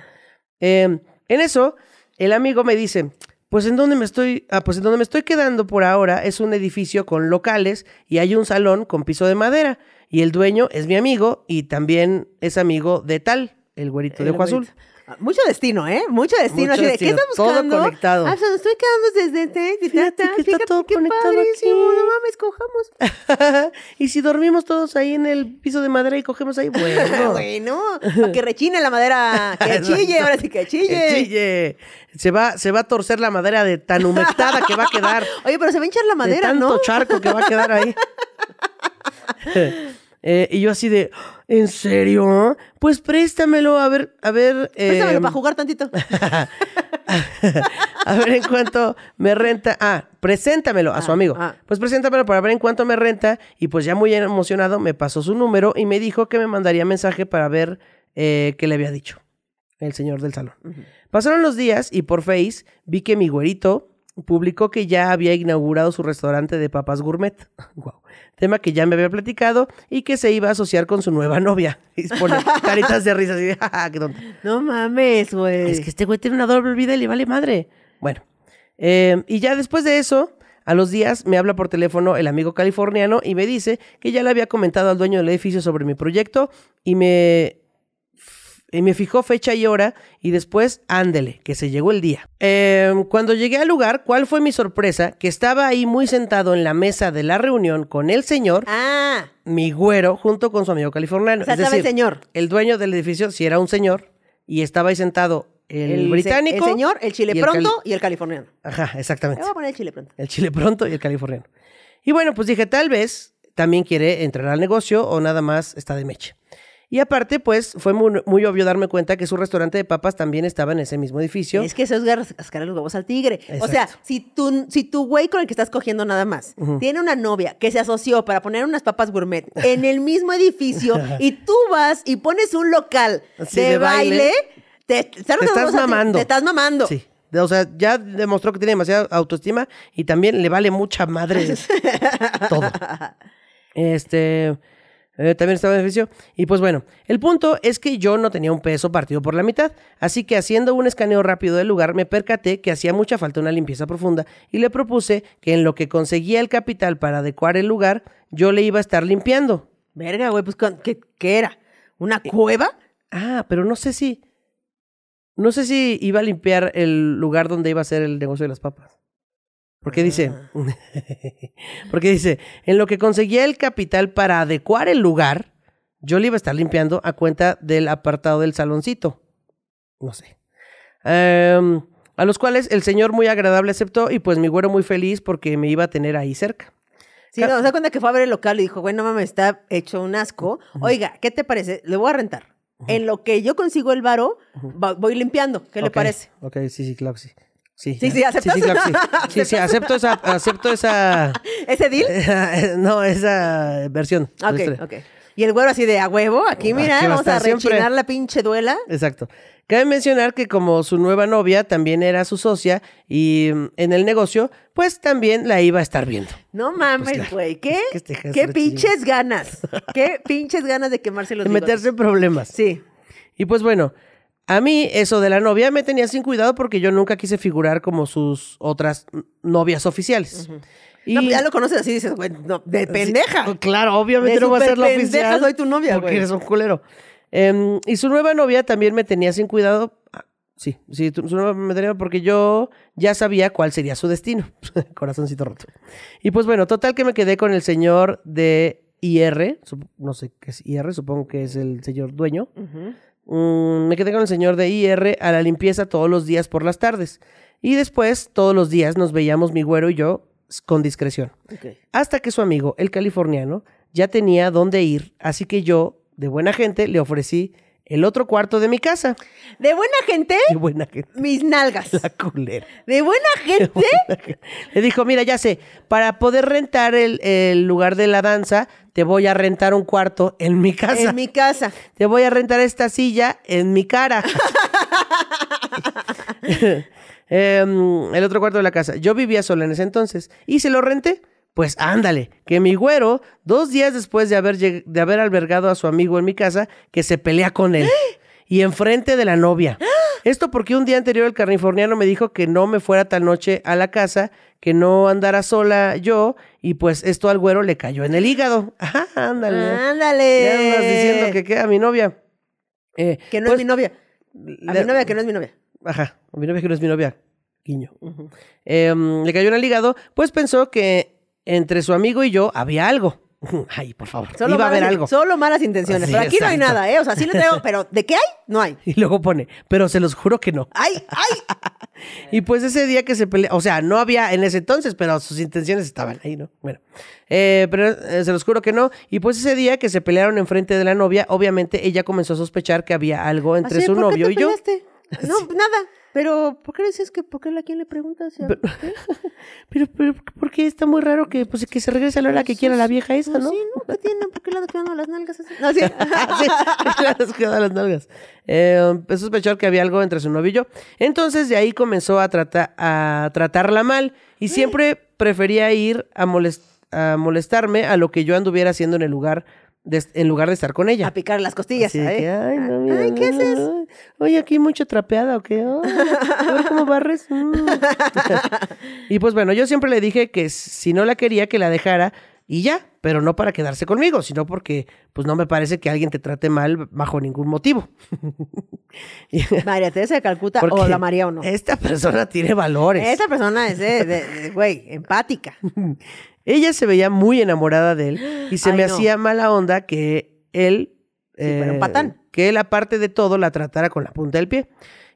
Eh, en eso, el amigo me dice, pues en donde me estoy, ah, pues en donde me estoy quedando por ahora es un edificio con locales y hay un salón con piso de madera y el dueño es mi amigo y también es amigo de tal. el güerito de
El
ojo azul.
güerito. Ah, Mucho destino, ¿eh? Mucho destino.
Mucho
así de,
destino,
¿Qué estás
todo
buscando?
conectado.
Ah, o sea, nos estoy quedando desde... este, Te,
Fíjate que está todo
qué
conectado
padrísimo.
aquí.
No mames,
[laughs]
cojamos.
[laughs] y si dormimos todos ahí en el piso de madera y cogemos ahí,
[laughs]
bueno.
bueno, para que rechine la madera.
[laughs]
Que
Exacto.
chille, ahora Eh, sí que
que
chille.
chille. Se va, se va a torcer la madera de tan humectada que va a
[laughs]
quedar.
Oye, pero se va a hinchar la
de
madera,
tanto
¿no?
charco que va a quedar
[laughs]
ahí. Eh, y yo así de, ¿en serio? Pues préstamelo, a ver, a ver. eh,
Préstamelo para jugar
[laughs]
tantito.
a ver en cuánto me renta. Ah, preséntamelo a su
Ah,
amigo.
ah.
Pues preséntamelo para ver en cuánto me renta. Y pues ya muy emocionado me pasó su número y me dijo que me mandaría mensaje para ver eh, qué le había dicho el señor del salón. Pasaron los días y por Face vi que mi güerito publicó que ya había inaugurado su restaurante de papas gourmet. [laughs] Guau. Tema que ya me había platicado y que se iba a asociar con su nueva novia. [laughs] Y
[laughs]
pone caritas de risa así de, "Ja, ja, qué tonto".
No mames, güey.
Es que este güey tiene una doble vida y le vale madre. Bueno, eh, y ya después de eso, a los días me habla por teléfono el amigo californiano y me dice que ya le había comentado al dueño del edificio sobre mi proyecto y me, y me fijó fecha y hora y después ándele, que se llegó el día. Eh, cuando llegué al lugar, ¿cuál fue mi sorpresa? Que estaba ahí muy sentado en la mesa de la reunión con el señor,
Ah,
mi güero, junto con su amigo californiano.
o sea,
Es
estaba el
decir,
señor.
el dueño del edificio sí era un señor y estaba ahí sentado el,
se-
británico.
El señor, Oh. el chile
y el
pronto
cali-
y el californiano.
Ajá,
Le
exactamente.
voy a poner el chile pronto.
El chile pronto y el californiano. Y bueno, pues dije, tal vez también quiere entrar al negocio o nada más está de meche. Y aparte, pues fue muy, muy obvio darme cuenta que su restaurante de papas también estaba en ese mismo edificio.
Es que eso es gar- cascar los huevos al tigre. O sea,
Exacto.
si tu, si tu güey con el que estás cogiendo nada más tiene una novia que se asoció para poner unas papas gourmet en el
[laughs]
mismo edificio y tú vas y pones un local
Así
de,
de baile,
baile, te, te están
te estás
los huevos al tigre,
mamando.
Te estás mamando.
Sí. De- O sea, ya demostró que tiene demasiada autoestima y también le vale mucha
[laughs]
madre todo. Este. eh, también estaba en beneficio. Y pues bueno, el punto es que yo no tenía un peso partido por la mitad. Así que haciendo un escaneo rápido del lugar, me percaté que hacía mucha falta una limpieza profunda y le propuse que en lo que conseguía el capital para adecuar el lugar, yo le iba a estar limpiando.
Verga, güey, pues ¿cuán- ¿qué, qué era? ¿Una cueva?
Ah, pero no sé si. No sé si iba a limpiar el lugar donde iba a ser el negocio de las papas. Porque dice.
Ah.
[laughs] porque dice, en lo que conseguía el capital para adecuar el lugar, yo le iba a estar limpiando a cuenta del apartado del saloncito. No sé. Em, a los cuales el señor muy agradable aceptó y pues mi güero muy feliz porque me iba a tener ahí cerca.
Sí, no, se da cuenta que fue a ver el local y dijo, güey, no mames, está hecho un asco. Oiga, ¿qué te parece? Le voy a rentar. En lo que yo consigo el varo, va- voy limpiando. ¿Qué le
Ok,
parece? [laughs]
Ok, sí, sí, claro que sí. Sí,
Sí,
ya.
sí, ¿aceptas?
Sí, sí, claro que sí. Sí, sí, acepto esa, acepto esa,
¿Ese deal?
[laughs] no, esa versión. de la
Ok,
historia.
ok. Y el güero así de a huevo, aquí mira,
Aquí va a
vamos a
estar siempre.
rechinar la pinche duela.
Exacto. Cabe mencionar que como su nueva novia también era su socia y mm, en el negocio, pues también la iba a estar viendo.
No mames,
Pues claro.
güey.
Es que este
¿Qué?
hija es
¿Qué
una [laughs]
pinches ganas? ¿Qué pinches ganas de quemarse los
De
bigotes?
meterse en problemas.
Sí.
Y pues bueno, a mí eso de la novia me tenía sin cuidado porque yo nunca quise figurar como sus otras mm, novias oficiales. Y-
No, ya lo conoces así, dices, güey, no, de pendeja.
Sí, pues, claro, obviamente
De
no va a ser la
superpendeja
oficial.
soy tu novia,
Porque
güey.
eres un culero. Em, y su nueva novia también me tenía sin cuidado. Ah, Sí, sí, tu- su nueva me tenía porque yo ya sabía cuál sería su destino. [laughs] Corazoncito roto. Y pues bueno, total que me quedé con el señor de IR. sup- No sé qué es IR, supongo que es el señor dueño. Mm, me quedé con el señor de IR a la limpieza todos los días por las tardes. Y después, todos los días, nos veíamos mi güero y yo s- con discreción. Hasta que su amigo, el californiano, ya tenía dónde ir, así que yo, de buena gente, le ofrecí el otro cuarto de mi casa.
De buena gente,
De buena gente,
mis nalgas.
la culera. [laughs]
De buena gente,
Le dijo, mira, ya sé, para poder rentar el, el lugar de la danza, te voy a rentar un cuarto en mi casa.
en mi casa.
Te voy a rentar esta silla en mi cara. Em, el otro cuarto de la casa. Yo vivía sola en ese entonces. ¿Y se lo renté? Pues ándale, que mi güero, dos días después de haber, lleg- de haber albergado a su amigo en mi casa, que se pelea con él. Y enfrente de la novia. Esto porque un día anterior el californiano me dijo que no me fuera tal noche a la casa, que no andara sola yo, y pues esto al güero le
Ah,
cayó en el hígado. Ajá, ándale.
Ándale.
Ya andas diciendo que queda mi novia. Eh,
Que no
pues,
es mi novia. A
le-
mi novia que no es mi novia.
Ajá, a mi novia que no es mi novia. Guiño. Em, le cayó en el hígado, pues pensó que entre su amigo y yo había algo. [laughs] Ay, por favor.
Solo
iba a haber
malas-
algo.
Solo malas intenciones.
Sí,
pero aquí no hay
exacto.
nada, ¿eh? O sea, sí le traigo, pero ¿de qué hay? No hay.
[laughs] Y luego pone, pero se los juro que no.
¡Ay, ay!
Y pues ese día que se pelea, o sea, no había en ese entonces, pero sus intenciones estaban ahí, ¿no? Bueno, eh, pero eh, se los juro que no. Y pues ese día que se pelearon enfrente de la novia, obviamente ella comenzó a sospechar que había algo entre
Así de,
su
¿por qué
novio
te
y yo.
peleaste? No, nada. Pero, ¿por qué dices que, por qué a quién le preguntas? ¿Y a- qué?
[laughs] Pero, pero, ¿por qué está muy raro que, pues, que se regrese a la hora que quiera la vieja esa,
Pues
no?
Sí, ¿no? ¿Qué tiene? ¿Por qué le andas quedando las nalgas así? [laughs] No, sí.
[laughs] Sí, claro, es que da las nalgas. Eh, empezó a sospechar que había algo entre su novio y yo. Entonces de ahí comenzó a, trata- a tratarla mal y
Mm.
siempre prefería ir a, molest- a molestarme a lo que yo anduviera haciendo en el lugar de, est- en lugar de estar con ella.
[laughs] A picar las costillas,
Así de que,
¿eh?
ay, no, mira,
Ay, ¿qué
no, no,
haces?
no. Oye, aquí mucha trapeada, ¿o qué? Oh, a ver cómo barres. Mm.
[laughs]
y pues bueno, yo siempre le dije que si no la quería, que la dejara y ya, pero no para quedarse conmigo, sino porque pues no me parece que alguien te trate mal bajo ningún motivo. Y-
María Teresa de Calcuta o
porque
la María o no.
Esta [laughs] persona tiene valores.
Esa persona es, de, de- de- güey, empática.
Ella se veía muy enamorada de él y se
Ay,
me
no.
hacía mala onda que él. eh,
fuera un patán.
Que él, aparte de todo, la tratara con la punta del pie.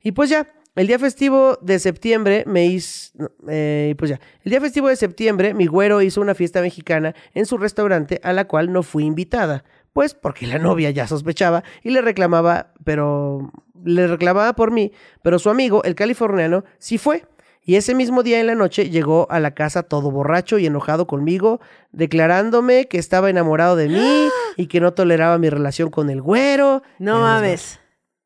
Y pues ya, el día festivo de septiembre me hizo. no, eh, y pues ya, el día festivo de septiembre, mi güero hizo una fiesta mexicana en su restaurante a la cual no fui invitada. Pues porque la novia ya sospechaba y le reclamaba, pero. Le reclamaba por mí, pero su amigo, el californiano, sí fue. Y ese mismo día en la noche llegó a la casa todo borracho y enojado conmigo, declarándome que estaba enamorado de mí y que no toleraba mi relación con el güero.
No
Eh,
mames.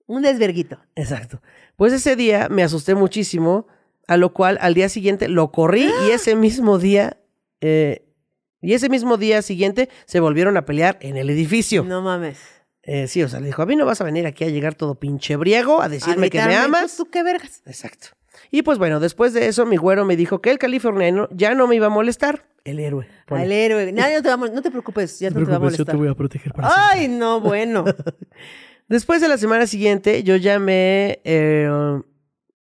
Un desverguito.
Exacto. Pues ese día me asusté muchísimo, a lo cual al día siguiente lo corrí
[gasps]
y ese mismo día, eh, y ese mismo día siguiente se volvieron a pelear en el edificio.
No mames.
Eh, sí, o sea, le dijo, a mí no vas a venir aquí a llegar todo pinche briego a decirme que me
Gritarme,
amas.
Pues ¿Tú qué vergas?
Exacto. Y pues bueno, después de eso, mi güero me dijo que el californiano ya no me iba a molestar. El héroe. pone.
Al héroe. Nadie no te va a mol- No te preocupes, ya no te va a molestar.
a proteger
Ay, no, [laughs] bueno.
Ah, Después de la semana siguiente, yo ya me eh,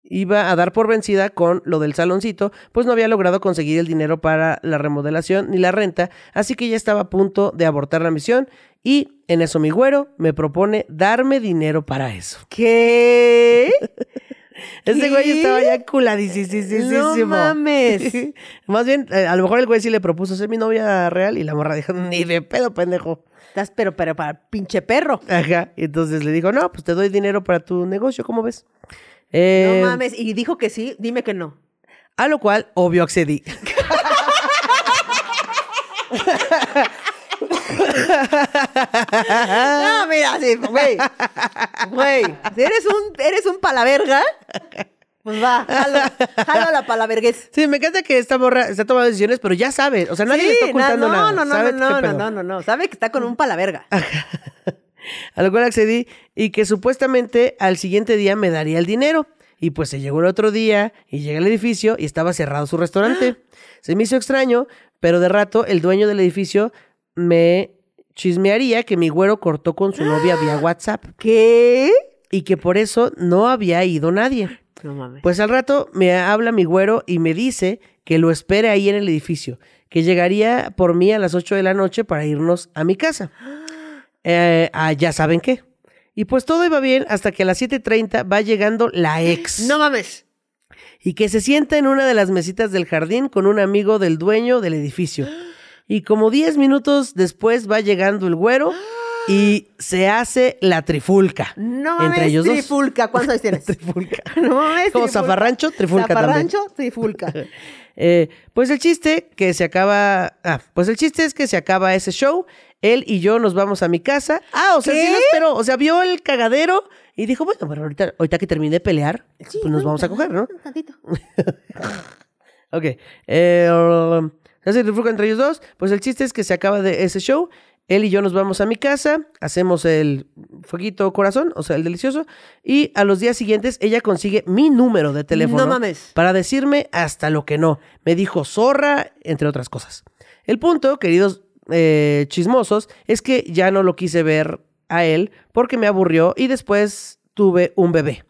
iba a dar por vencida con lo del saloncito, pues no había logrado conseguir el dinero para la remodelación ni la renta, así que ya estaba a punto de abortar la misión. Y en eso mi güero me propone darme dinero para eso.
¿Qué?
Ese
¿Qué?
güey estaba ya culadísimo.
No mames.
[laughs] Más bien, eh, a lo mejor el güey sí le propuso ser mi novia real y la morra dijo, ni de pedo, pendejo.
Estás pero, pero para pinche perro.
Ajá. Y entonces le dijo, no, pues te doy dinero para tu negocio, ¿cómo ves? Eh,
no mames. Y dijo que sí, dime que no.
A lo cual, obvio, accedí. [laughs] Ah.
No, mira, sí, güey. Güey, si eres un, eres un palaverga, pues va, jalo, jalo la palaverguez.
Sí, me encanta que esta morra está tomando decisiones, pero ya sabe. O sea, nadie le está
Sí, na-
ocultando
no,
nada.
No, no,
sabe
no, no,
qué
no,
pedo.
no, no, no. Sabe que está con un palaverga.
A lo cual accedí y que supuestamente al siguiente día me daría el dinero. Y pues se llegó el otro día y llegué al edificio y estaba cerrado su restaurante. Se me hizo extraño, pero de rato el dueño del edificio me chismearía que mi güero cortó con su novia vía WhatsApp
¿Qué?
y que por eso no había ido nadie.
No mames.
Pues al rato me habla mi güero y me dice que lo espere ahí en el edificio, que llegaría por mí a las 8 de la noche para irnos a mi
[gasps]
casa. Eh, ah, ya saben qué. Y pues todo iba bien hasta que a las 7.30 va llegando la ex.
No mames.
Y que se sienta en una de las mesitas del jardín con un amigo del dueño del
[gasps]
edificio. Y como 10 minutos después va llegando el
[gasps]
güero y se hace la trifulca.
No mames.
Entre ellos dos.
trifulca. ¿Cuántos años tienes?
[laughs] Trifulca.
no mames.
Como
trifulca.
zafarrancho, trifulca también.
Zafarrancho, trifulca.
Eh, pues el chiste que se acaba. Ah, pues el chiste es que se acaba ese show. Él y yo nos vamos a mi casa. [laughs] Ah, o sea, sí
¿Qué?
lo esperó. O sea, vio el cagadero y dijo, bueno, pero ahorita, ahorita que termine de pelear, pues nos vamos a coger, ¿no?
Un tantito.
Ok. Eh, ya se trifulca entre ellos dos. Pues el chiste es que se acaba de ese show. Él y yo nos vamos a mi casa, hacemos el fueguito corazón, o sea, el delicioso, y a los días siguientes ella consigue mi número de teléfono
No mames.
para decirme hasta lo que no. Me dijo zorra, entre otras cosas. El punto, queridos eh, chismosos, es que ya no lo quise ver a él porque me aburrió y después tuve un bebé.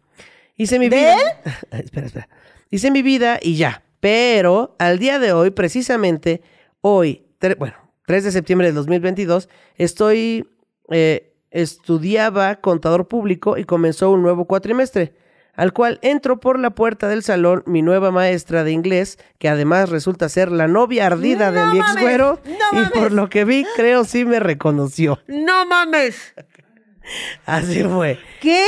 Hice mi
¿De
vida. [laughs] espera, espera. Hice mi vida y ya. Pero al día de hoy, precisamente hoy, tre- bueno, 3 de septiembre del 2022, estoy. eh, estudiaba contador público y comenzó un nuevo cuatrimestre, al cual entro por la puerta del salón mi nueva maestra de inglés, que además resulta ser la novia ardida de
¡No
mi
mames!
ex güero,
¡No
y
mames!
por lo que vi, creo sí me reconoció.
¡No mames!
Así fue.
¿Qué?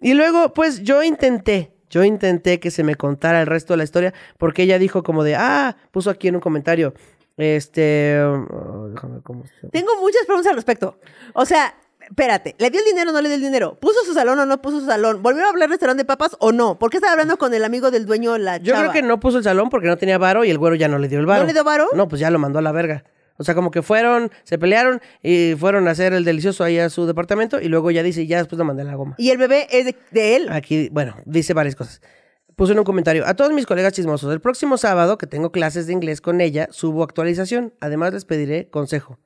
Y luego, pues yo intenté, yo intenté que se me contara el resto de la historia, porque ella dijo como de, ah, puso aquí en un comentario, este, oh, déjame ver cómo se-
Tengo muchas preguntas al respecto. O sea, espérate, ¿le dio el dinero o no le dio el dinero? ¿Puso su salón o no puso su salón? ¿Volvieron a hablar restaurante de papas o no? ¿Por qué estaba hablando con el amigo del dueño la
Yo
chava?
creo que no puso el salón porque no tenía varo y el güero ya no le dio el varo.
¿No le dio varo?
No, pues ya lo mandó a la verga. O sea, como que fueron, se pelearon y fueron a hacer el delicioso ahí a su departamento y luego ya dice, ya después lo mandé a la goma.
Y el bebé es de, de él.
Aquí, bueno, dice varias cosas. Puso en un comentario, a todos mis colegas chismosos, el próximo sábado que tengo clases de inglés con ella, subo actualización. Además les pediré consejo.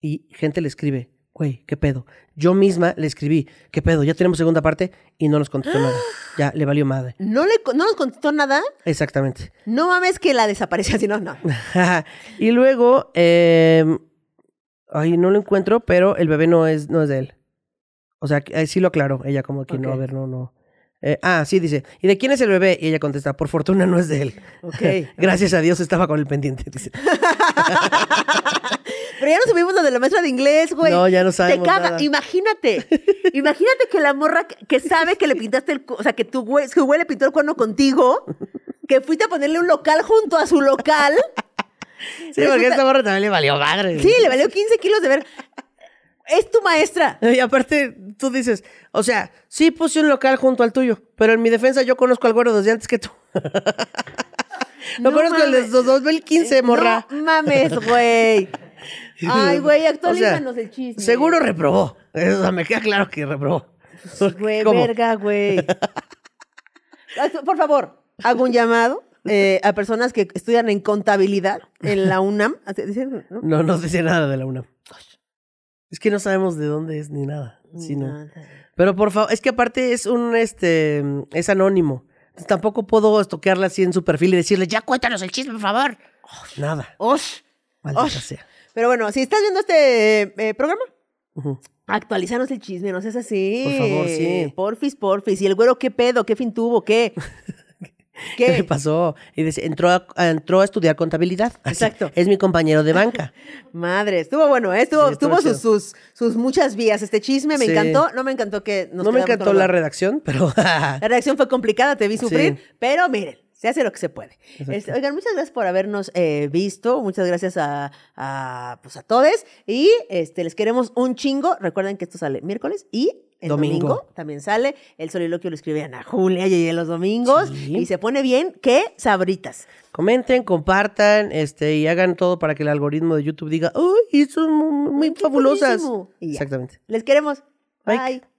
Y gente le escribe, güey, ¿qué pedo? Yo misma le escribí, ¿qué pedo? Ya tenemos segunda parte y no nos contestó nada. Ya le valió madre.
¿No, le, no nos contestó nada?
Exactamente.
No mames que la desapareció, si no, no.
[laughs] y luego, eh, ay, no lo encuentro, pero el bebé no es, no es de él. O sea, que- eh, sí lo aclaró. Ella como que no,
Ok.
a ver, no, no. Eh, ah, sí, dice, ¿y de quién es el bebé? Y ella contesta, por fortuna no es de él.
Ok.
[laughs] Gracias a Dios estaba con el pendiente.
[laughs]
dice.
Pero ya nos subimos lo de la maestra de inglés, güey.
No, ya no
Te
sabemos
caga,
nada. [laughs]
imagínate. Imagínate que la morra que, que sabe que le pintaste el. cu- O sea, que tu güey, que güey le pintó el cuerno contigo, que fuiste a ponerle un local junto a su local.
Sí, porque esta morra también le valió madre.
Sí, le valió 15 kilos de ver. Es tu maestra.
Y aparte, tú dices, o sea, sí puse un local junto al tuyo, pero en mi defensa yo conozco al güero desde antes que tú. [laughs] Lo
No
conozco
mames.
desde 2015, morra.
No mames,
[laughs]
güey. Ay, güey, actualízanos
O sea,
el chisme.
Seguro reprobó. O sea, me queda claro que reprobó.
Pues, Güey,
¿Cómo?
verga, güey.
[laughs]
Ah, Por favor, hago un llamado eh, a personas que estudian en contabilidad en la UNAM. Así dicen, ¿no?
No nos dice nada de la UNAM. Es que no sabemos de dónde es ni nada. sí, no.
Nada.
Pero por favor, es que aparte es un este es anónimo. Entonces, tampoco puedo estoquearla así en su perfil y decirle, ya cuéntanos el chisme, por favor. Nada.
Osh.
Maldita
Osh.
sea.
Pero bueno, si estás viendo este eh, programa,
Ujú.
actualizanos el chisme, no seas así.
Por favor, sí.
Porfis, porfis. ¿Y el güero qué pedo? ¿Qué fin tuvo? ¿Qué?
[laughs] ¿Qué? le [laughs]
¿Qué?
pasó? Y dice, entró a, entró a estudiar contabilidad. Así,
Exacto.
Es mi compañero de banca.
Madre, estuvo bueno, ¿eh? Estuvo,
Sí, estuvo
estuvo sus,
chido.
sus, sus muchas vías. Este chisme me
Sí.
encantó. No me encantó que [laughs] nos
no me
quedamos con
encantó
lo
la
bueno.
redacción, pero... [laughs]
[laughs] La reacción fue complicada, te vi sufrir,
Sí.
pero miren, se hace lo que se puede. Este, oigan, muchas gracias por habernos eh, visto, muchas gracias a, a, pues a todos y este, les queremos un chingo. Recuerden que esto sale miércoles y el domingo,
Domingo.
también sale. El soliloquio lo escribían a Julia y los domingos
Sí.
y se pone bien que sabritas.
Comenten, compartan, este, y hagan todo para que el algoritmo de YouTube diga, ¡Uy, son muy, muy
¡Qué
fabulosas!
buenísimo! Y ya.
Exactamente.
Les queremos.
Bye.
Bye.